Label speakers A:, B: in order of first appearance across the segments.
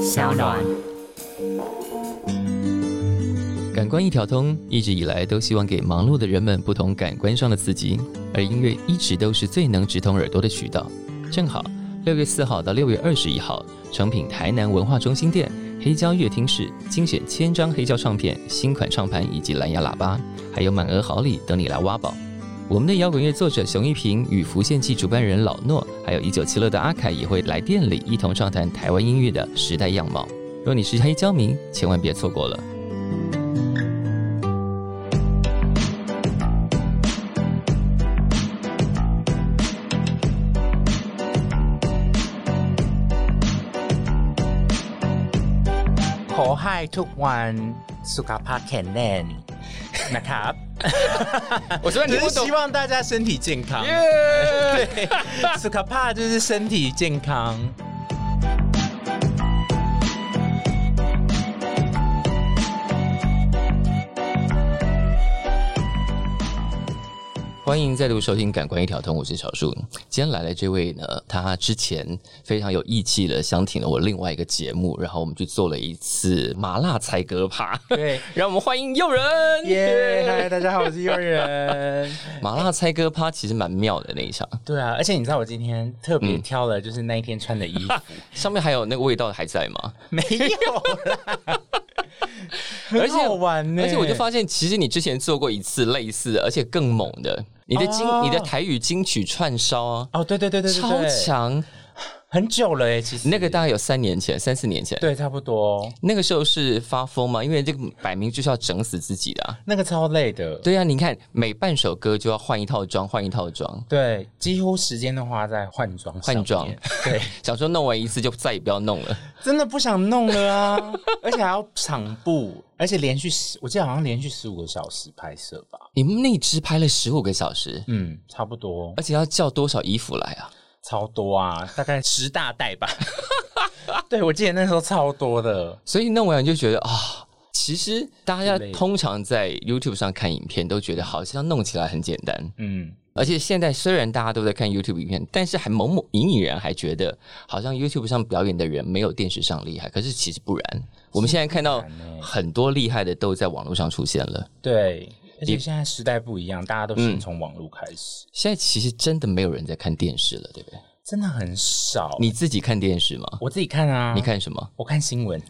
A: 小暖。
B: 感官一条通一直以来都希望给忙碌的人们不同感官上的刺激，而音乐一直都是最能直通耳朵的渠道。正好，六月四号到六月二十一号，诚品台南文化中心店黑胶乐听室精选千张黑胶唱片、新款唱盘以及蓝牙喇叭，还有满额好礼等你来挖宝。我们的摇滚乐作者熊一平与浮现记主办人老诺，还有一九七六的阿凯也会来店里一同畅谈台湾音乐的时代样貌。若你是黑胶迷，千万别错过了。
A: ขอให้ทุกวันสุขภาพแข็งแรงนะครับ
C: 我昨
A: 只
C: 天
A: 是
C: 听不懂
A: 希，望大家身体健 康。对，斯卡帕就是身体健康。
B: 欢迎再度收听《感官一条通》，我是小树。今天来的这位呢，他之前非常有义气的相挺了我另外一个节目，然后我们去做了一次麻辣猜歌趴。
A: 对，
B: 让我们欢迎诱人！
A: 耶！嗨，大家好，我是悠人。
B: 麻辣猜歌趴其实蛮妙的那一场，
A: 对啊，而且你知道我今天特别挑了，就是那一天穿的衣服，
B: 上面还有那个味道还在吗？
A: 没有啦，
B: 而
A: 很
B: 且
A: 好玩呢。
B: 而且我就发现，其实你之前做过一次类似的，而且更猛的，你的金、
A: 哦
B: 你的台语金曲串烧啊，
A: 哦，对对对对对，
B: 超
A: 对，
B: 强！
A: 很久了哎，其实
B: 那个大概有三年前，三四年前，
A: 对，差不多，
B: 那个时候是发疯嘛，因为这个摆明就是要整死自己的、啊。
A: 那个超累的。
B: 对啊，你看每半首歌就要换一套妆，换一套妆，
A: 对，几乎时间都花在换装上
B: 换装
A: 面。对，
B: 想说弄完一次就再也不要弄了。
A: 真的不想弄了啊！ 而且还要场布，而且连续十，我记得好像连续十五个小时拍摄吧。
B: 你们那支拍了十五个小时，
A: 嗯，差不多，
B: 而且要叫多少衣服来啊？
A: 超多啊，大概十大袋 吧。对，我记得那时候超多的。
B: 所以弄完就觉得啊。其实大家
A: 之类的
B: 通常在 YouTube 上看影片，都觉得好像弄起来很简单，
A: 嗯，
B: 而且现在虽然大家都在看 YouTube 影片，但是还某某隐隐然还觉得好像 YouTube 上表演的人没有电视上厉害。可是其实不然，我们现在看到
A: 不然欸
B: 很多厉害的都在网络上出现了。
A: 对。而且现在时代不一样，大家都先从网络开始，
B: 现在其实真的没有人在看电视了，对不对？
A: 真的很少。
B: 你自己看电视吗？
A: 我自己看啊，
B: 你，看什么？
A: 我看新 闻，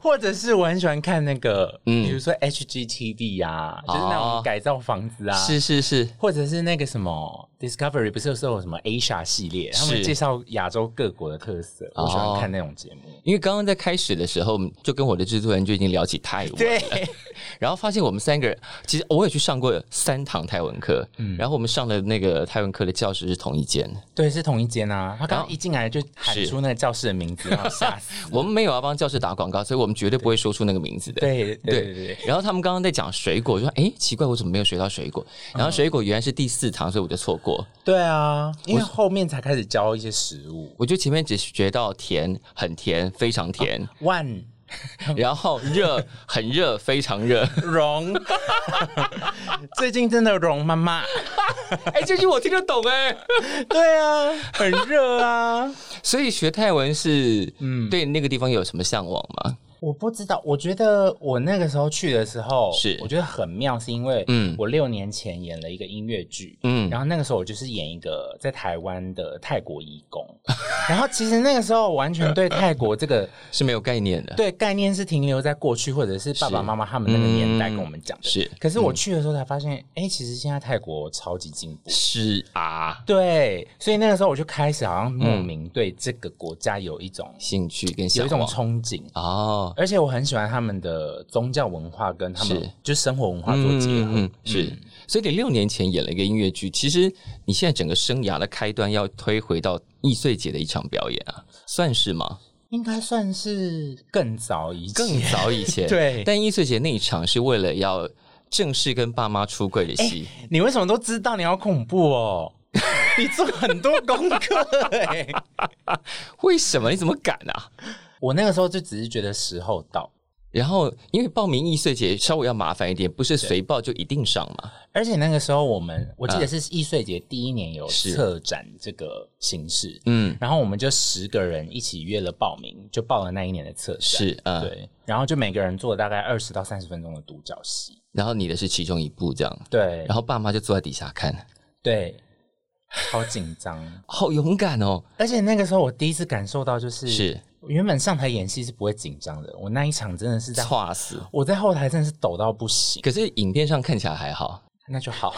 A: 或者是我很喜欢看那个，
B: 嗯
A: 比如说 HGTV 呀、啊，就是那
B: 哦
A: 种改造房子啊，
B: 是是是，
A: 或者是那个什么 Discovery 不是有时候有什么 Asia 系列，
B: 是
A: 他们介绍亚洲各国的特色，
B: 哦
A: 我喜欢看那种节目。
B: 因为刚刚在开始的时候，就跟我的制作人就已经聊起泰文，
A: 对，
B: 然后发现我们三个人其实我也去上过三堂泰文课，
A: 嗯
B: 然后我们上的那个泰文课的教室是同一间，
A: 对，是同一间啊。他刚
B: 然后
A: 刚一进来就喊
B: 是
A: 出那个教室的名字，然后吓 死。
B: 我们没有要帮教室打广告，所以我们绝对不会说出那个名字的。
A: 对对对对，
B: 然后他们刚刚在讲水果，我就说：“哎，奇怪，我怎么没有学到水果？”然后水果原来是第四堂，所以我就错过。
A: 对啊，因为后面才开始教一些食物。
B: 我就前面只学到甜，很甜，非常甜，
A: 万
B: 然后热，很热，非常热。
A: 荣， 最近真的荣妈妈，
B: 哎，这句我听得懂哎。
A: 对啊，很热啊。
B: 所以学泰文是，嗯，对那个地方有什么向往吗？
A: 我不知道，我觉得我那个时候去的时候，
B: 是
A: 我觉得很妙，是因为
B: 嗯
A: 我六年前演了一个音乐剧，
B: 嗯
A: 然后那个时候我就是演一个在台湾的泰国义工， 然后其实那个时候完全对泰国这个
B: 是没有概念的。
A: 对概念是停留在过去，或者是爸爸妈妈他们那个年代跟我们讲的，
B: 嗯是
A: 可是我去的时候才发现，哎、其实现在泰国超级进步。
B: 是啊，
A: 对，所以那个时候我就开始好像
B: 嗯
A: 莫名对这个国家有一种、
B: 兴趣跟
A: 有
B: 向
A: 一种
B: 往。
A: 憧憬，
B: 哦，
A: 而且我很喜欢他们的宗教文化跟他
B: 是
A: 们就是生活文化做结合。
B: 嗯嗯嗯是。所以你六年前演了一个音乐剧，其实你现在整个生涯的开端要推回到易碎姐的一场表演啊，算是吗？
A: 应该算是更早以前。
B: 更早以 前，
A: 对
B: 但易碎姐那一场是为了要正式跟爸妈出柜的戏，
A: 你为什么都知道你要恐怖哦？ 你做很多功课哎、
B: 为什么？你怎么敢啊？
A: 我那个时候就只是觉得时候到，
B: 然后因为报名易碎节稍微要麻烦一点，不是随报就一定上嘛。
A: 而且那个时候我们，我记得是易碎节第一年有
B: 是
A: 策展这个形式，
B: 嗯，
A: 然后我们就十个人一起约了报名，就报了那一年的策展。
B: 是嗯
A: 对，然后就每个人做大概二十到三十分钟的独角戏。
B: 然后你的是其中一部这样，
A: 对，
B: 然后爸妈就坐在底下看，
A: 对，好紧张。
B: 好勇敢哦！
A: 而且那个时候我第一次感受到，就是
B: 是
A: 原本上台演戏是不会紧张的，我那一场真的是在，
B: 猝死。
A: 我在后台真的是抖到不行。
B: 可是影片上看起来还好，
A: 那就好，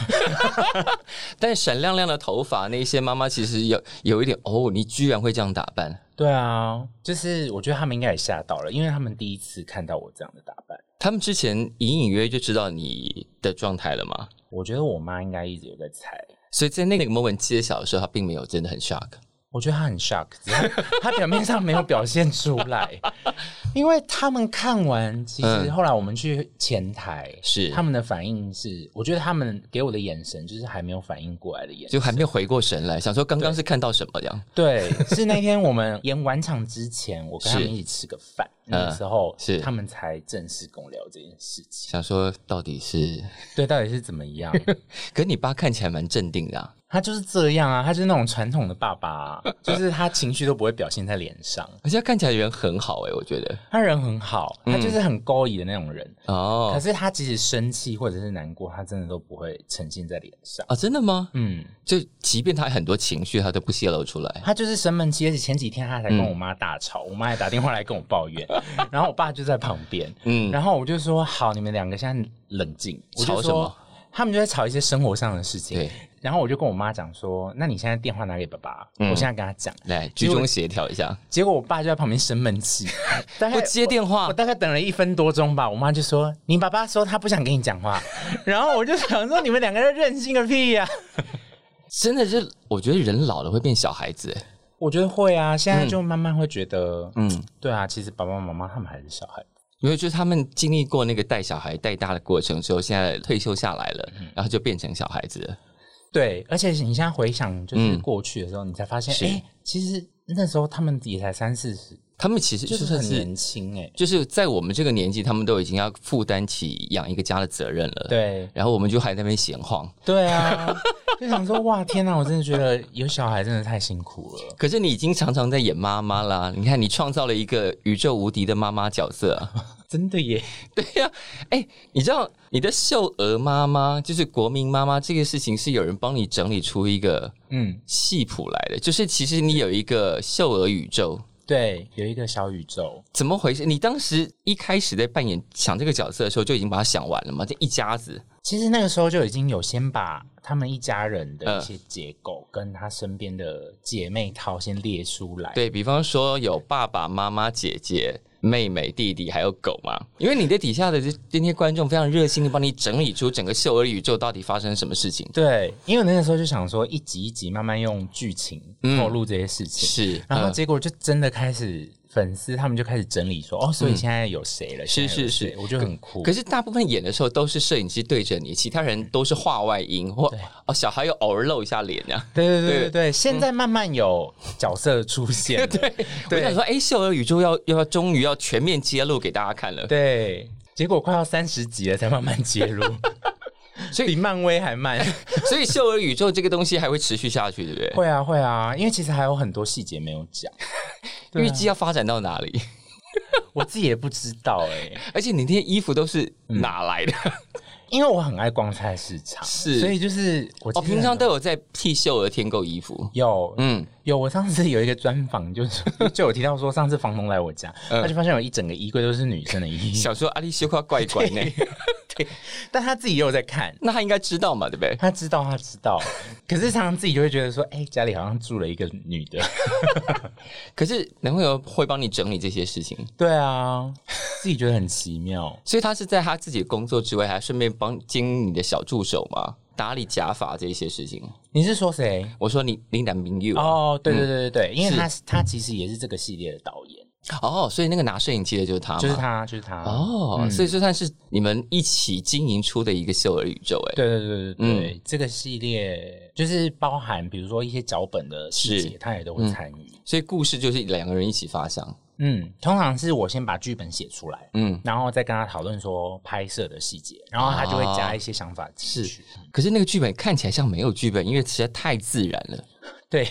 B: 但闪亮亮的头发那一些，妈妈其实有有一点哦，你居然会这样打扮。
A: 对啊，就是我觉得他们应该也吓到了，因为他们第一次看到我这样的打扮。
B: 他们之前隐隐约约就知道你的状态了嘛，
A: 我觉得我妈应该一直有在猜，
B: 所以在那个 moment 揭晓的时候，她并没有真的很 shock。
A: 我觉得她很 shock，只是她她表面上没有表现出 来，因为他们看完，其实
B: 嗯
A: 后来我们去前台，
B: 是
A: 他们的反应是，我觉得他们给我的眼神就是还没有反应过来的眼神，
B: 就还没有回过神来，想说刚刚是看到什么这样。
A: 对，是那天我们演完场之前，我跟他们
B: 是嗯
A: 一起吃个饭，那个时候
B: 是
A: 他们才正式跟我聊这件事情，
B: 想说到底是，
A: 对，到底是怎么样？
B: 可你爸看起来蛮镇定的、啊，
A: 他就是这样啊，他就是那种传统的爸爸啊、就是他情绪都不会表现在脸上，
B: 而且他看起来人很好哎、我觉得
A: 他人很好，他
B: 嗯
A: 就是很高义的那种人。可
B: 哦
A: 是他即使生气或者是难过，他真的都不会呈现在脸上。
B: 啊，真的吗？
A: 嗯，
B: 就即便他很多情绪，他都不泄露出来。
A: 他就是生闷气，而且前几天他才跟我妈大 吵，我妈还打电话来跟我抱怨，然后我爸就在旁边，
B: 嗯，
A: 然后我就说好，你们两个现在冷静，我就
B: 吵什
A: 说
B: 么？
A: 他们就在吵一些生活上的事情
B: 对。
A: 然后我就跟我妈讲说，那你现在电话拿给爸爸，
B: 嗯
A: 我现在跟他讲。
B: 来居中协调一下，
A: 结果我爸就在旁边生 闷气，大概
B: 不接电
A: 我
B: 话
A: 我，大概等了一分多钟吧，我妈就说你爸爸说他不想跟你 讲话，然后我就想说你们两个人任性个屁呀、
B: 真的是我觉得人老了会变小孩子、哎
A: 我觉得会啊，现在就慢慢会觉得，嗯，
B: 嗯，
A: 对啊，其实爸爸妈妈他们还是小孩。
B: 因为就是他们经历过那个带小孩带大的过程之后，现在退休下来了，
A: 嗯
B: 然后就变成小孩子了。
A: 对，而且你现在回想就是
B: 嗯
A: 过去的时候，你才发现，
B: 是
A: 哎、其实那时候他们也才三四十，
B: 他们其实
A: 就是
B: 算
A: 很
B: 是
A: 年轻哎、诶
B: 就是在我们这个年纪，他们都已经要负担起养一个家的责任了。，
A: 对
B: 然后我们就还在那边闲晃。
A: 对啊，就想说哇天哪，我真的觉得有小孩真的太辛苦了。
B: 可是你已经常常在演妈妈啦，你看你创造了一个宇宙无敌的妈妈角色、 啊。
A: 真的耶！
B: 对呀、哎、你知道你的秀娥妈妈就是国民妈妈这个事情是有人帮你整理出一个
A: 嗯，
B: 戏谱来的，就是其实你有一个秀娥宇宙。
A: 对，有一个小宇宙，
B: 怎么回事？你当时一开始在扮演想这个角色的时候，就已经把它想完了吗？这一家子，
A: 其实那个时候就已经有先把他们一家人的
B: 嗯
A: 一些结构跟他身边的姐妹淘先列出来。
B: 对比方说有爸爸妈妈、姐姐、妹妹、弟弟，还有狗嘛。因为你的底下的这这些观众非常热心的帮你整理出整个秀儿宇宙到底发生什么事情。
A: 对，因为那个时候就想说一集一集慢慢用剧情
B: 嗯
A: 透露这些事情，
B: 是，
A: 然后
B: 嗯
A: 结果就真的开始粉丝他们就开始整理说，哦，所以现在有谁了？
B: 嗯是
A: 现在
B: 是
A: 有谁
B: 是
A: 我觉得很酷。
B: 可是大部分演的时候都是摄影机对着你，其他人都是话外音或哦，小孩又偶尔露一下脸这样。
A: 对对对
B: 对嗯
A: 对对，现在慢慢有角色出 现了，对
B: 我想说，哎，秀儿宇宙要要终于要全面揭露给大家看了。
A: 对，结果快要三十集了才慢慢揭露，
B: 所以
A: 比漫威还慢。
B: 所以秀儿宇宙这个东西还会持续下去，对不对？
A: 会啊会啊，因为其实还有很多细节没有讲，对啊
B: 预计要发展到哪里？
A: 我自己也不知道哎、
B: 而且你那些衣服都是
A: 嗯
B: 哪来 的？
A: 因为我很爱逛菜市场，
B: 是
A: 所以就是我
B: 我、
A: 其实
B: 哦平常
A: 很
B: 都有在替秀儿添购衣服。
A: 有
B: 嗯，
A: 有，我上次有一个专访，就是 就有提到说，上次房东来我家，
B: 嗯
A: 他就发现有一整个衣柜都是女生的衣服，
B: 小时候阿丽修夸怪怪 呢，
A: 但他自己也有在看，
B: 那他应该知道嘛，对不对？
A: 他知道他 知道，可是常常自己就会觉得说，哎、家里好像住了一个女的，
B: 可是男朋友会帮你整理这些事情，
A: 对啊，自己觉得很奇妙，
B: 所以他是在他自己的工作之外，还顺便帮经你的小助手嘛，打理假发这些事情。
A: 你是说谁？
B: 我说你你男朋友啊，
A: 哦，对对对对对，因
B: 嗯
A: 为
B: 是
A: 他他其实也是这个系列的导演，
B: 哦，所以那个拿摄影机的就是他吗，
A: 就是他，就是他。
B: 哦，
A: 嗯
B: 所以这算是你们一起经营出的一个秀儿宇宙、哎，
A: 对对对对对，这个系列就是包含，比如说一些脚本的细
B: 是嗯
A: 节，他也都会参与。
B: 所以故事就是两个人一起发想，
A: 嗯，通常是我先把剧本写出来，
B: 嗯，
A: 然后再跟他讨论说拍摄的细节，然后他就会加一些想法进去。
B: 可是那个剧本看起来像没有剧本，因为实在太自然了，
A: 对，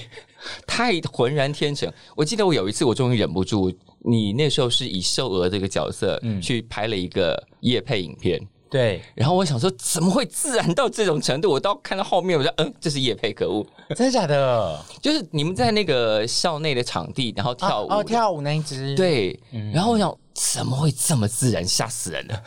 B: 太浑然天成。我记得我有一次，我终于忍不住，你那时候是以秀娥这个角色
A: 嗯
B: 去拍了一个夜配影片。
A: 对，
B: 然后我想说，怎么会自然到这种程度？我到看到后面，我说，嗯，这是夜配，可恶！
A: 真的假的？
B: 就是你们在那个校内的场地，然后跳舞，
A: 啊哦，跳舞那一支。，
B: 对，然后我想怎么会这么自然，吓死人了。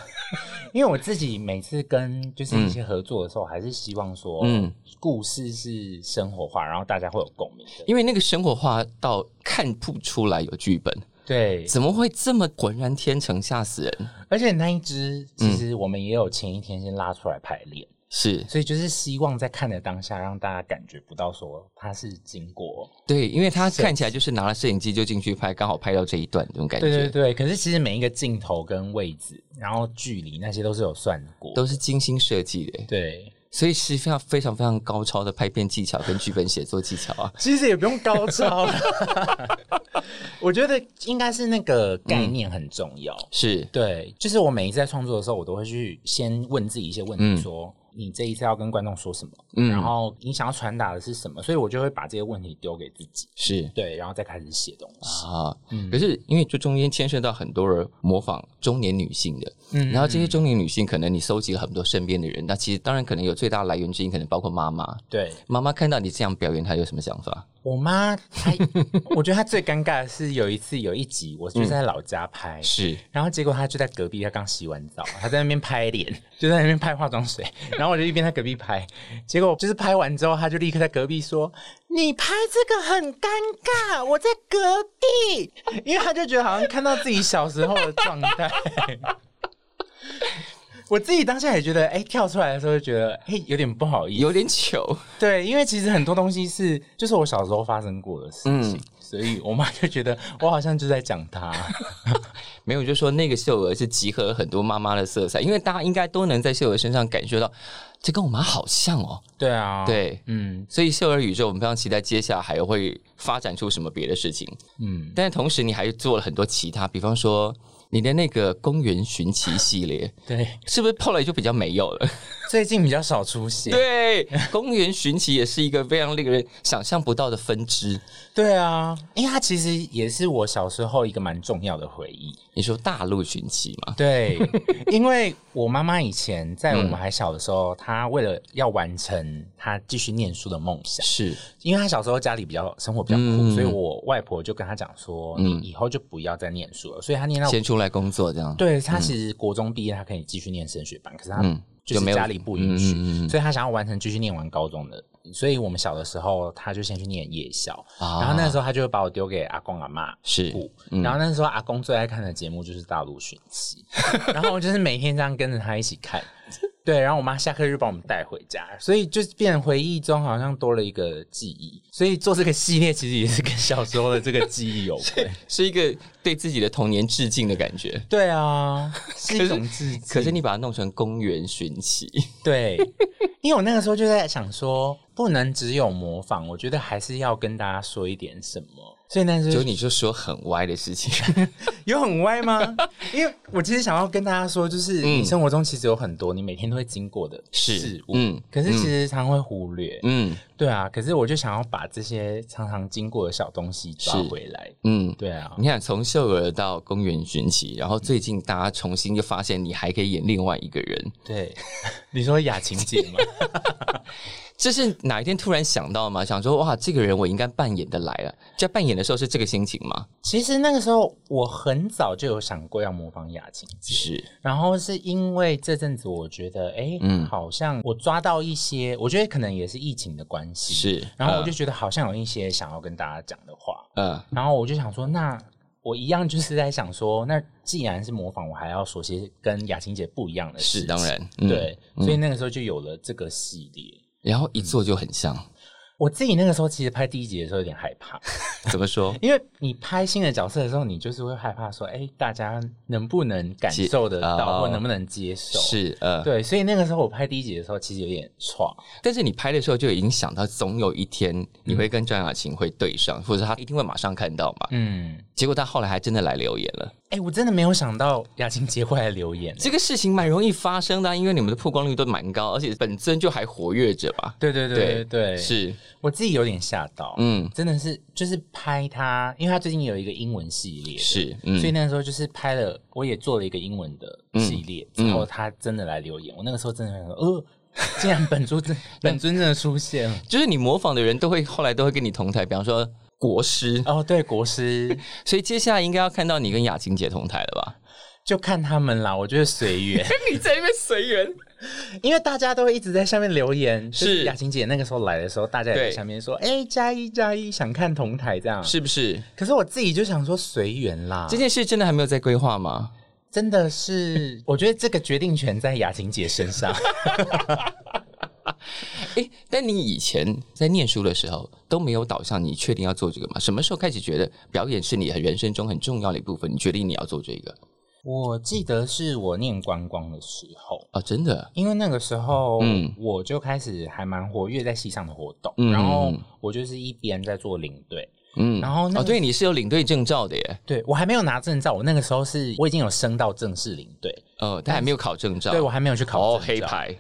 A: 因为我自己每次跟就是一些合作的时候，还是希望说，
B: 嗯
A: 嗯，故事是生活化，然后大家会有共鸣的。
B: 因为那个生活化到看不出来有剧本，
A: 对，
B: 怎么会这么浑然天成，吓死人？
A: 而且那一支其实我们也有前一天先拉出来排练，
B: 是
A: 所以就是希望在看的当下让大家感觉不到说它是经过。
B: 对，因为他看起来就是拿了摄影机就进去拍，刚好拍到这一段这种感觉，
A: 对对对，可是其实每一个镜头跟位置，然后距离那些都是有算过。
B: 都是精心设计的，
A: 对，
B: 所以是非常非常非常高超的拍片技巧跟剧本写作技巧啊。
A: 其实也不用高超了， 我觉得应该是那个概念很重要。
B: 是，
A: 对，就是我每一次在创作的时候，我都会去先问自己一些问题
B: 嗯
A: 说，你这一次要跟观众说什么，
B: 嗯
A: 然后你想要传达的是什么，所以我就会把这些问题丢给自己，
B: 是
A: 对，然后再开始写东西。
B: 啊，
A: 嗯
B: 可是因为这中间牵涉到很多人模仿中年女性的，
A: 嗯
B: 然后这些中年女性可能你搜集了很多身边的人，那其实当然可能有最大来源之一，可能包括妈妈。
A: 对
B: 妈妈看到你这样表演，她有什么想法？
A: 我妈， 她我觉得她最尴尬的是有一次有一集，我就是在老家 拍，
B: 是
A: 然后结果她就在隔壁，她刚洗完澡，她在那边拍脸， 就在那边拍化妆水， 然后我就一边在隔壁拍，结果就是拍完之后，她就立刻在隔壁说：“你拍这个很尴尬，我在隔壁。”因为她就觉得好像看到自己小时候的状态。 我自己当下也觉得，哎、跳出来的时候就觉得，哎、有点不好意思。
B: 有点糗，
A: 对，因为其实很多东西是就是我小时候发生过的事情，所以我妈就觉得我好像就在讲她。
B: 没有就说那个秀娥是集合了很多妈妈的色彩，因为大家应该都能在秀娥身上感受到，这跟我妈好像哦。
A: 对啊，，
B: 对，
A: 嗯
B: 所以秀儿宇宙，我们非常期待接下来还会发展出什么别的事情。
A: 嗯，
B: 但是同时，你还做了很多其他，比方说你的那个公园寻奇系列，
A: 对，
B: 是不是后来就比较没有 了？
A: 最近比较少出现。
B: 对，公园寻奇也是一个非常令人想象不到的分支。
A: 对啊，因为它其实也是我小时候一个蛮重要的回忆。
B: 你说大陆寻奇吗？
A: 对， 因为我妈妈以前在我们还小的时候，她为了要完成她继续念书的梦想，
B: 是
A: 因为她小时候家里比较生活比较苦，
B: 嗯
A: 所以我外婆就跟她讲说，你以后就不要再念书了。所以她念到
B: 先出来工作这样。
A: 对他其实国中毕业，他可以继续念升学班，可是他
B: 嗯
A: 就
B: 就没有
A: 是家里不允
B: 嗯
A: 许，
B: 嗯嗯嗯
A: 所以他想要完成继续念完高中的。所以我们小的时候，他就先去念夜校，
B: 啊
A: 然后那时候他就会把我丢给阿公阿妈。
B: 是
A: 顾。然后那时候阿公最爱看的节目就是《大陆寻 奇》，然后我就是每天这样跟着他一起看。对，然后我妈下课就把我们带回家，所以就变成回忆中好像多了一个记忆。所以做这个系列其实也是跟小时候的这个记忆有关。
B: 是一个对自己的童年致敬的感觉。
A: 对啊，是一种致敬。
B: 可是你把它弄成公园寻奇，
A: 对，因为我那个时候就在想说，不能只有模仿，我觉得还是要跟大家说一点什么。所以那时
B: 就
A: 候
B: 你就说很歪的事情。
A: 有很 歪吗？因为我其实想要跟大家说，就是你生活中其实有很多你每天都会经过的
B: 嗯是
A: 事物，
B: 嗯
A: 可是其实常会忽略。
B: 嗯
A: 对啊，可是我就想要把这些常常经过的小东西抓回来。
B: 嗯，
A: 对啊，
B: 你看从秀儿到公园寻奇，然后最近大家重新就发现你还可以演另外一个人，
A: 对， 你说雅琴姐 吗？
B: 这是哪一天突然想到吗？想说哇，这个人我应该扮演的来了。在扮演的时候是这个心情吗？
A: 其实那个时候我很早就有想过要模仿雅琴姐。
B: 是，
A: 然后是因为这阵子，我觉得，哎、
B: 嗯
A: 好像我抓到一些，我觉得可能也是疫情的关系，
B: 是嗯
A: 然后我就觉得好像有一些想要跟大家讲的话，
B: 呃，
A: 然后我就想说，那我一样就是在想说，那既然是模仿，我还要说些跟雅琴姐不一样的
B: 是
A: 事情，
B: 当然，嗯。
A: 对，所以那个时候就有了这个系列。
B: 然后一做就很像，
A: 我自己那个时候其实拍第一集的时候有点害怕，
B: 怎么说？
A: 因为你拍新的角色的时候，你就是会害怕说，哎、大家能不能感
B: 接
A: 受得
B: 哦
A: 到，或能不能接受？，
B: 是呃，
A: 对，所以那个时候我拍第一集的时候，其实有点错。
B: 但是你拍的时候就已经想到，总有一天你会跟张雅琴会对上，或者他一定会马上看到嘛。
A: 嗯，
B: 结果他后来还真的来留言了，
A: 哎、我真的没有想到雅琴接过来留言、
B: 这个事情蛮容易发生的啊、因为你们的曝光率都蛮高，而且本尊就还活跃着吧。
A: 对对对对对，
B: 是，
A: 我自己有点吓到，
B: 嗯，
A: 真的是就是拍他，因为他最近有一个英文系列的，
B: 是，嗯，
A: 所以那时候就是拍了，我也做了一个英文的系列，
B: 嗯
A: 然后他真的来留言，我那个时候真的想说，呃， 竟然本尊真 本尊真的出现了，
B: 就是你模仿的人都会后来都会跟你同台，比方说国师，
A: 哦，对，国师
B: 所以接下来应该要看到你跟雅琴姐同台了吧？
A: 就看他们啦，我觉得随 缘，
B: 你在那边随缘，
A: 因为大家都会一直在下面留言，就是雅琴姐那个时候来的时候，大家也
B: 对
A: 在下面说，哎、加一加一，想看同台这样，
B: 是不是？
A: 可是我自己就想说随缘啦，
B: 啊这件事真的还没有在规划吗？
A: 真的是，我觉得这个决定权在雅琴姐身上。
B: 诶，哎但你以前在念书的时候都没有导向你确定要做这个吗？什么时候开始觉得表演是你人生中很重要的一部分？你决定你要做这个
A: 我记得是我念观光的时候，
B: 哦，真的
A: 因为那个时候，
B: 嗯
A: 我就开始还蛮活跃在戏上的活动，
B: 嗯
A: 然后我就是一边在做领队，
B: 嗯
A: 然后那
B: 哦，
A: 个
B: 对，你是有领队证照的耶，
A: 对我还没有拿证照，我那个时候是我已经有升到正式领队，
B: 哦，但还没有考证照，
A: 对我还没有去考
B: 哦
A: 证
B: 黑，
A: 照
B: 牌，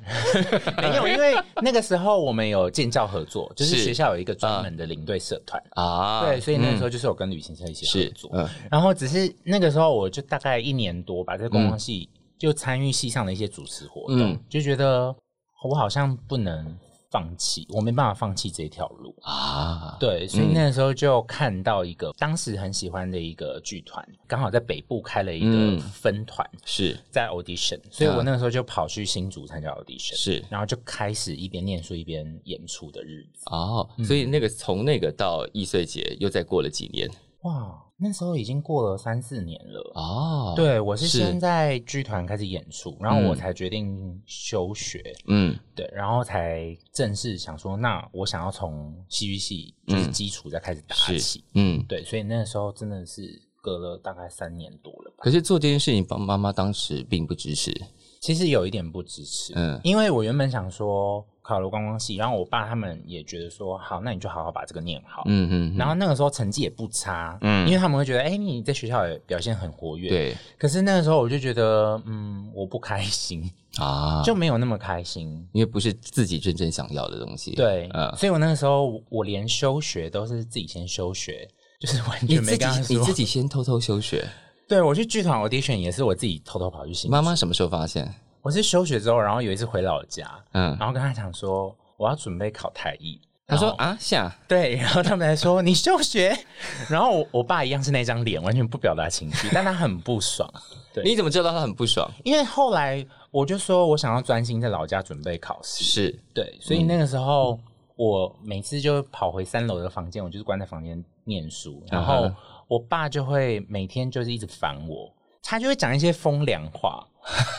A: 没有，因为那个时候我们有建教合作，就是
B: 是
A: 学校有一个专门的领队社团，
B: 啊，
A: 对，所以那个时候
B: 嗯
A: 就是有跟旅行社一起合
B: 是
A: 作，
B: 嗯
A: 然后只是那个时候，我就大概一年多吧，在观光系、就参与系上的一些主持活动，
B: 嗯
A: 就觉得我好像不能放弃，我没办法放弃这条路。
B: 啊，
A: 对，所以
B: 嗯
A: 那个时候就看到一个、当时很喜欢的一个剧团，刚好在北部开了一
B: 嗯
A: 个分团、
B: 是
A: 在 audition，所以
B: 啊
A: 我那个时候就跑去新竹参加 audition，
B: 是
A: 然后就开始一边念书一边演出的日子。
B: 哦，所以那个从那个到易碎节又再过了几年
A: 哇，那时候已经过了三四年了
B: 哦，，
A: 对，我是
B: 是
A: 先在剧团开始演出，然后
B: 嗯
A: 我才决定休学，
B: 嗯
A: 对，然后才正式想说，那我想要从戏剧系就是
B: 嗯
A: 基础再开始打
B: 是
A: 起，
B: 嗯。
A: 对，所以那时候真的是隔了大概三年多了吧，
B: 可是做这件事情，帮妈妈当时并不支持，
A: 其实有一点不支持，
B: 嗯
A: 因为我原本想说考了观光系，然后我爸他们也觉得说，好，那你就好好把这个念好。
B: 嗯嗯，
A: 然后那个时候成绩也不差，
B: 嗯
A: 嗯，因为他们会觉得，哎、你在学校也表现很活跃，。
B: 对
A: 可是那个时候我就觉得，嗯，我不开心，
B: 啊，
A: 就没有那么开心。
B: 因为不是自己真正想要的东西。
A: 对，
B: 嗯，
A: 所以我那个时候我连休学都是自己先休学，就是完
B: 你
A: 全
B: 自
A: 没
B: 己
A: 跟他
B: 你自
A: 说。
B: 己先偷偷休学，
A: 对我去剧团 audition 也是我自己偷偷跑去新竹
B: 妈妈什么时候发现？
A: 我是休学之后，然后有一次回老家，
B: 嗯，
A: 然后跟他讲说我要准备考台艺。
B: 她说
A: 然后
B: 啊下，
A: 对，然后他们还说你休学，然后我我爸一样是那张脸，完全不表达情绪，但他很不爽，对
B: 你怎么知道她很不爽？
A: 因为后来我就说我想要专心在老家准备考试，
B: 是
A: 对，所
B: 嗯
A: 以那个时候、我每次就跑回三楼的房间，我就是关在房间念书，然后
B: 嗯
A: 我爸就会每天就是一直烦我，他就会讲一些风凉 话，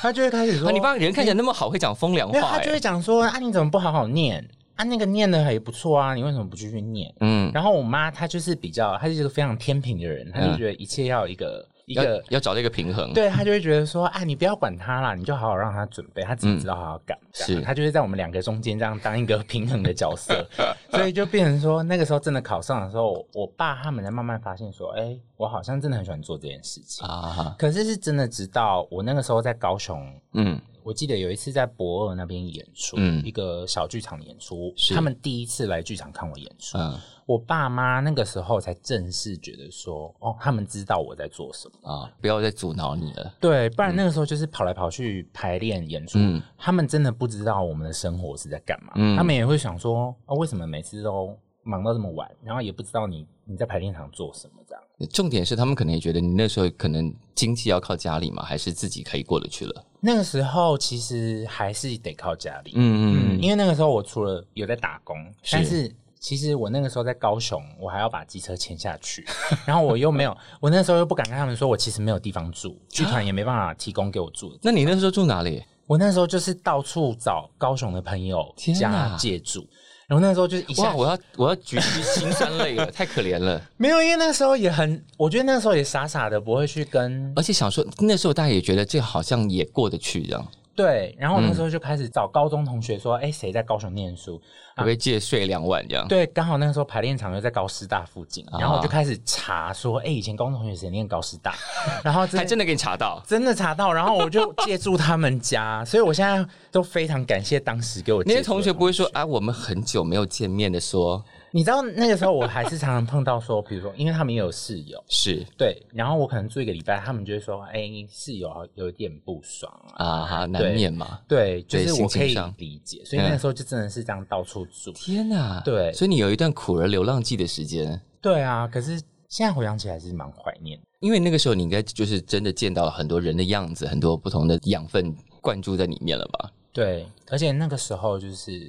A: 他就会开始说，
B: 啊，你爸人看起来那么好，会讲风凉
A: 没有，
B: 话，
A: 他就会
B: 哎，
A: 讲说啊，你怎么不好好念啊？那个念的也不错啊，你为什么不继续念？
B: 嗯，
A: 然后我妈她就是比较，她就是一个非常天平的人，她就
B: 嗯
A: 觉得一切要有一个、一
B: 要
A: 个
B: 要找到一个平衡。，
A: 对他就会觉得说，啊，你不要管他啦，你就好好让他准备，他自己知道他要干嘛、
B: 嗯是
A: 他就是在我们两个中间这样当一个平衡的 角色，所以就变成说，那个时候真的考上的时候，我爸他们才慢慢发现说，哎、我好像真的很喜欢做这件事情。
B: 啊，
A: 可是是真的，直到我那个时候在高雄，
B: 嗯，
A: 我记得有一次在博尔那边演出，
B: 嗯
A: 一个小剧场的演出
B: 是，
A: 他们第一次来剧场看我演出，
B: 嗯
A: 我爸妈那个时候才正式觉得说，哦，他们知道我在做什么。
B: 啊，不要再阻挠你了。
A: 对，不然那个时候就是跑来跑去排练演出，
B: 嗯
A: 他们真的不知道我们的生活是在干嘛，
B: 嗯
A: 他们也会想说啊，为什么每次都忙到这么晚，然后也不知道你你在排练场做什么这样。
B: 嗯重点是，他们可能也觉得你那时候可能经济要靠家里嘛，还是自己可以过得去了。
A: 那个时候其实还是得靠家里，
B: 嗯
A: 嗯，因为那个时候我除了有在打工，
B: 是
A: 但是其实我那个时候在高雄，我还要把机车牵下去，然后我又没有，我那时候又不敢跟他们说我其实没有地方住，剧团也没办法提供给我住的
B: 那你那时候住哪里？
A: 我那时候就是到处找高雄的朋友
B: 天哪
A: 家借住，然后那时候就是一
B: 哇，
A: 下
B: 我要我要举起辛酸泪了，太可怜 了。
A: 没有，因为那时候也很，我觉得那时候也傻傻的，不会去跟
B: 而且想说那时候大家也觉得这好像也过得去这样，
A: 对。然后
B: 嗯
A: 我那时候就开始找高中同学说，哎、谁在高雄念书？
B: 可不可以借睡两晚这样？
A: 啊对，刚好那个时候排练场又在高师大附近，
B: 啊
A: 然后我就开始查说，哎、以前高中同学谁念高师大？ 然后
B: 还
A: 真的
B: 真的给你查到。
A: 真的查到，然后我就借住他们家，所以我现在都非常感谢当时给我
B: 那
A: 借
B: 些
A: 住的
B: 同学不会说啊，我们很久没有见面的说，
A: 你知道那个时候我还是常常碰到说，比如说，因为他们也有室友，
B: 是
A: 对，然后我可能住一个礼拜，他们就会说，哎、室友有点不爽啊。
B: 啊，哈，难免嘛。
A: 对，就
B: 对
A: 是
B: 心
A: 我可
B: 情
A: 以
B: 上嗯
A: 理解，所以那个时候就真的是这样到处住。
B: 天哪，
A: 对
B: 所以你有一段苦而流浪记的时间，
A: 对啊，可是现在回想起来还是蛮怀念的。
B: 因为那个时候你应该就是真的见到了很多人的样子，很多不同的养分灌注在里面了吧？
A: 对，而且那个时候就是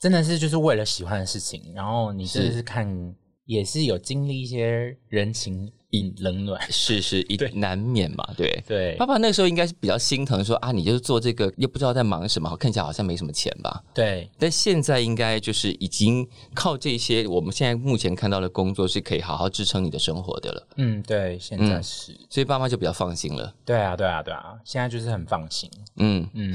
A: 真的是就是为了喜欢的事情，然后你真的
B: 是
A: 是看也是有经历一些人情冷冷暖。
B: 是是，一
A: 对
B: 难免嘛，对。
A: 对
B: 爸爸那个时候应该是比较心疼说啊，你就是做这个又不知道在忙什么，看起来好像没什么钱吧？
A: 对
B: 但现在应该就是已经靠这些我们现在目前看到的工作是可以好好支撑你的生活的了，
A: 嗯，对，现在
B: 嗯
A: 是、
B: 所以爸妈就比较放心了。
A: 对啊，对啊，对啊，现在就是很放心。
B: 嗯
A: 嗯，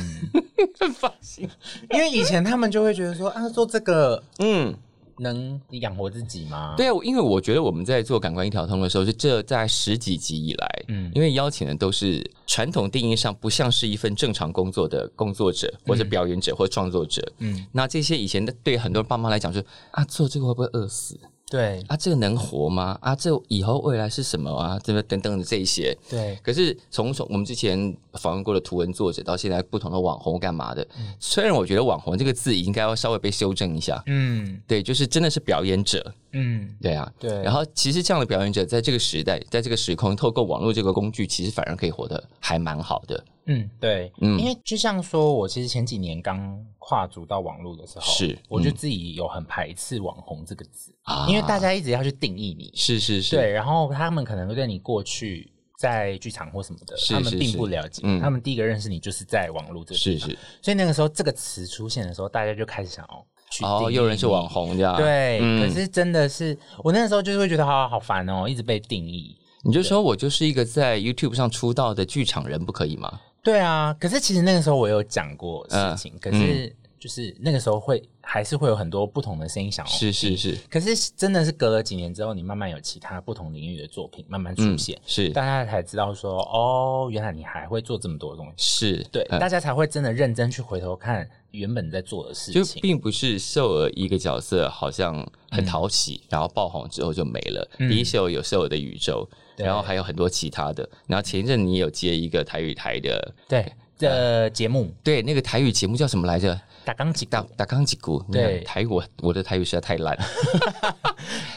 B: 放心。
A: 因为以前他们就会觉得说啊，做这个
B: 嗯，
A: 能养活自己吗？，
B: 对啊，因为我觉得我们在做感官一条通的时候，是这在十几集以来，
A: 嗯
B: 嗯，因为邀请的都是传统定义上不像是一份正常工作的工作者，或者表演者或创作者。
A: 嗯，
B: 那这些以前的对很多爸妈来讲是啊，做这个会不会饿死
A: 对
B: 啊？这个能活吗？啊，这以后未来是什么啊？这个等等的这一些，
A: 对
B: 可是从从我们之前访问过的图文作者到现在不同的网红干嘛的，虽然我觉得网红这个字应该要稍微被修正一下，
A: 嗯
B: 对，就是真的是表演者，
A: 嗯，
B: 对啊。
A: 对，
B: 然后其实这样的表演者在这个时代，在这个时空，透过网络这个工具，其实反而可以活得还蛮好的。
A: 嗯，对，
B: 嗯
A: 因为就像说，我其实前几年刚跨足到网络的时候，
B: 是
A: 我就自己有很排斥“网红”这个字，
B: 啊
A: 因为大家一直要去定义你，
B: 是是啊是，
A: 对，然后他们可能会对你过去在剧场或什么的，
B: 是
A: 他们
B: 是
A: 并
B: 是
A: 不了解，
B: 嗯
A: 他们第一个认识你就是在网络这个
B: 是
A: 地方，
B: 是。
A: 所以那个时候这个词出现的时候，大家就开始想要去定义
B: 哦，
A: 你
B: 又有人是网。红这样，
A: 对，
B: 嗯
A: 可是真的是我那时候就是会觉得好好烦哦，一直被定义。
B: 你就说我就是一个在 YouTube 上出道的剧场人，不可以吗？
A: 对啊，可是其实那个时候我有讲过
B: 嗯
A: 事情，可是就是那个时候会还是会有很多不同的声音想要
B: 是是是，
A: 可是真的是隔了几年之后，你慢慢有其他不同领域的作品慢慢出现，
B: 是
A: 大家才知道说哦，原来你还会做这么多东西，
B: 是，
A: 对，
B: 嗯
A: 大家才会真的认真去回头看原本在做的事
B: 就
A: 情。
B: 并不是秀儿一个角色好像很讨喜，然后爆红之后就没了。
A: 嗯
B: 第一秀儿有秀儿的宇宙，
A: 对
B: 然后还有很多其他的。然后前一阵你也有接一个台语台的，
A: 对
B: 呃
A: 的节目
B: 对，那个台语节目叫什么来着？
A: 打钢琴
B: 打打钢吉鼓。那个
A: 对
B: 台语我我的台语实在太 烂，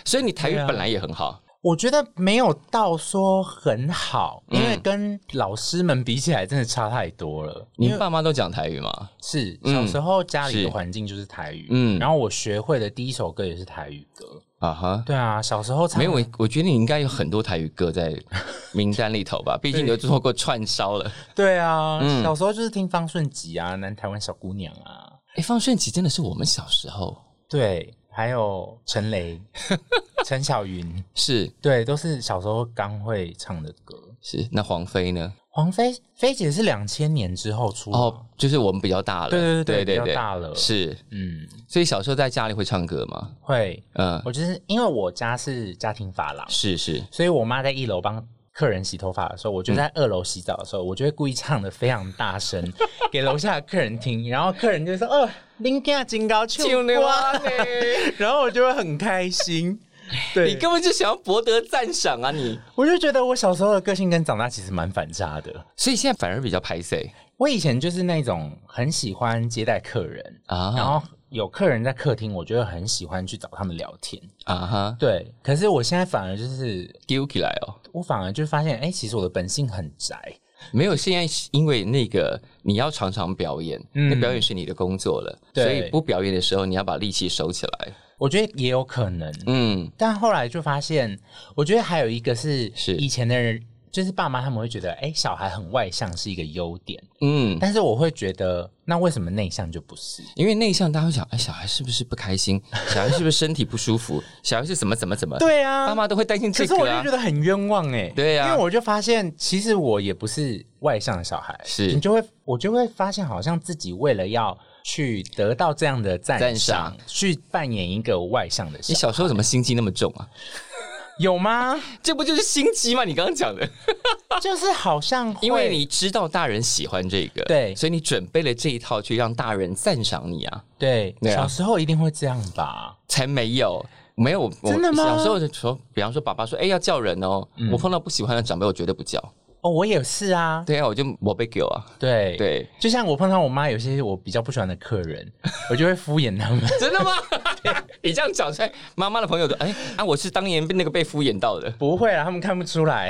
B: 所以你台语
A: 对啊
B: 本来也很好。
A: 我觉得没有到说很好，
B: 嗯
A: 因为跟老师们比起来，真的差太多了。
B: 你爸妈都讲台语吗？
A: 是
B: 嗯
A: 小时候家里
B: 是
A: 的环境就是台语，
B: 嗯
A: 嗯，然后我学会的第一首歌也是台语歌。
B: 啊哈。
A: 对啊，小时候唱
B: 没有，我我觉得你应该有很多台语歌在名单里头 吧，毕竟你都做过串烧了。
A: 对啊，
B: 嗯
A: 小时候就是听方顺吉啊，南台湾小姑娘啊，
B: 哎，方顺吉真的是我们小时候
A: 对，还有 陈雷、陈小云，
B: 是
A: 对，都是小时候刚会唱的歌。
B: 是，那黄飞呢？
A: 黄飞飞姐是两千年之后出的，
B: 哦，就是我们比较大了，
A: 对对
B: 对
A: 对比较大了
B: 是。
A: 嗯，
B: 所以小时候在家里会唱歌吗？
A: 会，
B: 嗯，
A: 我就是因为我家是家庭发廊，
B: 是是，
A: 所以我妈在一楼帮客人洗头发的时候，我就在二楼洗澡的时候，我就会故意唱的非常大声 给楼下的客人听，然后客人就说：“哦，林家金高秋瓜。
B: 你”
A: 然后我就会很开 心。对，
B: 根本就想要博得赞赏啊你！
A: 我就觉得我小时候的个性跟长大其实蛮反差的。
B: 所以现在反而比较排斥
A: 我以前就是那种很喜欢接待客人，然
B: 啊
A: 后有客人在客厅，我就会很喜欢去找他们聊天。
B: 啊哈，
A: 对，可是我现在反而就是，
B: 丢起来哦！
A: 我反而就发现，哎、其实我的本性很宅。
B: 没有，现在是因为那个你要常常表演，
A: 嗯
B: 那表演是你的工作了，
A: 对
B: 所以不表演的时候你要把力气收起来。
A: 我觉得也有可能，
B: 嗯，
A: 但后来就发现，我觉得还有一个是
B: 是
A: 以前的人，就是爸妈他们会觉得，哎、小孩很外向是一个优点，
B: 嗯，
A: 但是我会觉得，那为什么内向就不是？
B: 因为内向，大家会想，哎，小孩是不是不开 心？小孩是不是身体不舒服？小孩是怎么怎么怎么？、
A: 对啊
B: 爸妈都会担心
A: 可
B: 这
A: 是我
B: 个
A: 就
B: 啊
A: 觉。得很冤枉哎、
B: 对啊
A: 因为我就发现，其实我也不是外向的小孩，
B: 是
A: 你就会我就会发现，好像自己为了要去得到这样的赞
B: 赞
A: 赏
B: 赏，
A: 去扮演一个外向的
B: 你
A: 小，
B: 小时候怎么心机那么重啊？
A: 有吗？
B: 这不就是心机吗？你刚刚讲的，
A: 就是好像会
B: 因为你知道大人喜欢这个，
A: 对
B: 所以你准备了这一套去让大人赞赏你啊，
A: 对
B: 对啊
A: 小时候一定会这样吧？
B: 才没有。没有，我
A: 真的吗嗯
B: 小时候就说，比方说，爸爸说，哎、要叫人哦。我碰到不喜欢的长辈，我绝对不叫。
A: 哦，我也是啊，
B: 对啊，我就我被给啊。
A: 对
B: 对，
A: 就像我碰到我妈，有些我比较不喜欢的客 人，我就会敷衍他们。
B: 真的吗？ 你这样讲出来，妈妈的朋友都哎、啊，我是当年被那个被敷衍到的。
A: 不会啊，他们看不出来。